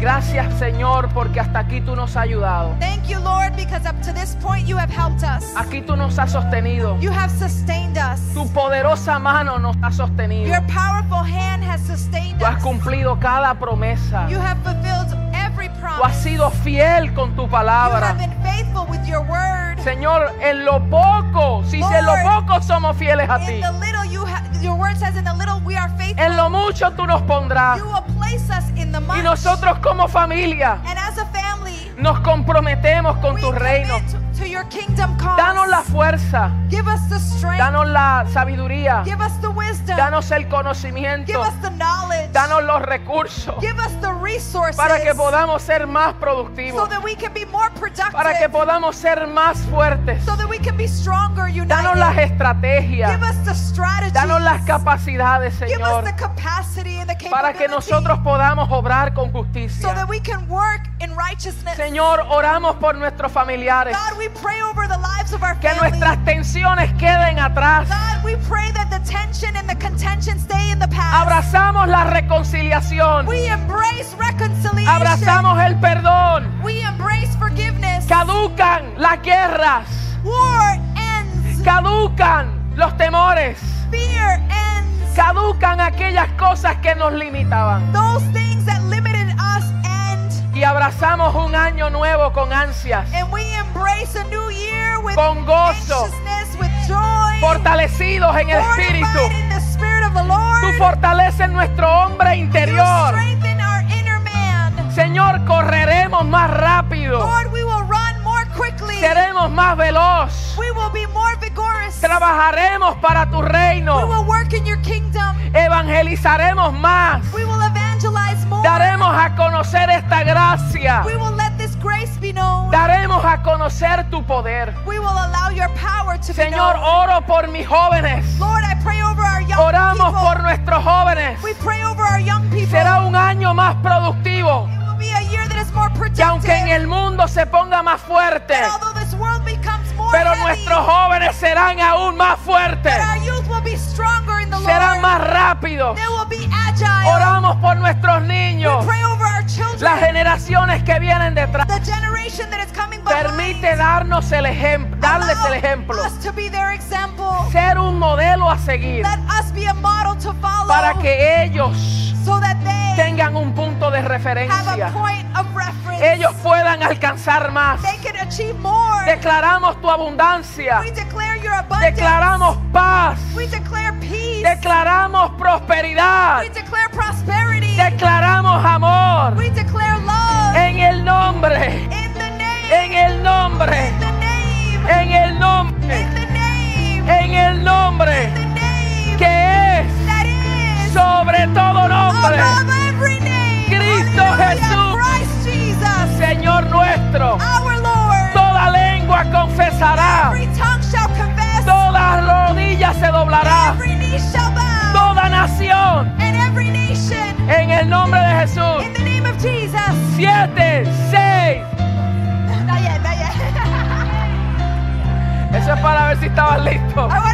Gracias, Señor, porque hasta aquí tú nos has ayudado.
Thank you, Lord, because up to this point you have helped us.
Aquí tú nos has sostenido.
You have sustained us.
Tu poderosa mano nos ha sostenido.
Your powerful hand has sustained
Tú has
us.
cumplido cada promesa.
You have fulfilled every
Tú has
promise. You
sido fiel con tu
have
palabra.
been faithful with your word.
Señor, en lo poco, si
Lord,
en lo poco somos fieles a
In
ti,
the little you have, your word says, in the little we are faithful.
en lo mucho tú nos pondrás.
You will place us in the
Y
much.
nosotros como familia
And as a family,
nos comprometemos con
we
tu reino.
commit to your kingdom cause.
Danos la fuerza,
Give us the strength.
danos la sabiduría,
Give us the wisdom.
danos el
Give
conocimiento,
us the knowledge.
danos los recursos
Give us the resources.
para que podamos ser más
so
productivos,
that we can be more productive.
para que podamos ser más fuertes.
so that we can be stronger, united.
Danos las
Give
estrategias,
us the strategy.
danos las capacidades,
Give us
Señor.
the capacity and the
para
capability
que nosotros podamos obrar con
so
justicia.
that we can work in righteousness.
Señor, oramos por nuestros familiares,
God, we pray over the lives of our
que
families.
nuestras tensiones queden atrás.
God, we pray that the tension and the contention stay in the past.
Abrazamos la reconciliación,
We embrace reconciliation.
abrazamos el perdón,
We embrace forgiveness.
caducan las guerras,
War ends.
caducan los temores,
Fear ends.
caducan aquellas cosas que nos limitaban.
Those things that limited us end.
Y abrazamos un año nuevo con ansias,
And we embrace a new year with
Con gozo.
anxiousness, with joy.
fortalecidos en el
fortified
Espíritu.
in the Spirit of the
Tú
Lord.
fortaleces nuestro hombre interior.
You strengthen our inner man.
Señor, correremos más rápido,
Lord, we will run more quickly.
seremos más veloz,
We will be more vigorous.
trabajaremos para tu
We
reino,
will work in your kingdom.
evangelizaremos más,
We will evangelize more.
daremos a conocer esta gracia,
We will let this grace be known.
daremos a conocer tu poder.
We will allow your power to be
Señor,
known.
oro por mis jóvenes,
Lord, I pray over our young
oramos
people.
por nuestros jóvenes.
We pray over our young people.
Será un año más productivo,
It will be a year that is more
que aunque en
productive.
el mundo se ponga más fuerte,
And although this world becomes more
pero
heavy,
nuestros jóvenes serán aún más fuertes,
that our youth will be stronger in the
serán
Lord.
más rápidos.
They will be agile.
Oramos por nuestros niños,
Pray over our children.
las generaciones que vienen detrás.
the generation that is coming behind.
Permite darnos el ejemplo, darles el
Allow
ejemplo,
us to be their example.
ser un modelo a seguir
Let us be a model to follow.
para que ellos
so that they
tengan un punto de
have a
referencia,
point of reference.
ellos puedan alcanzar más.
they can achieve more.
Declaramos tu abundancia,
we declare your abundance.
declaramos paz,
we declare peace.
declaramos prosperidad,
we declare prosperity.
declaramos amor
we declare love.
en el nombre,
in the name.
en el nombre,
in the name.
en el nombre.
in the name.
en el nombre
the name.
Eh. que
that
es
is
sobre todo nombre,
above every name.
Cristo
Hallelujah.
Jesús.
Christ Jesus.
Señor nuestro.
Our Lord.
Toda lengua confesará,
Every tongue shall confess.
toda rodilla se doblará,
Every knee shall bow.
toda nación
And every nation.
en el nombre de Jesús.
In the name of Jesus.
Siete, seis.
Not yet, not yet.
Eso es para ver si estabas listo.
I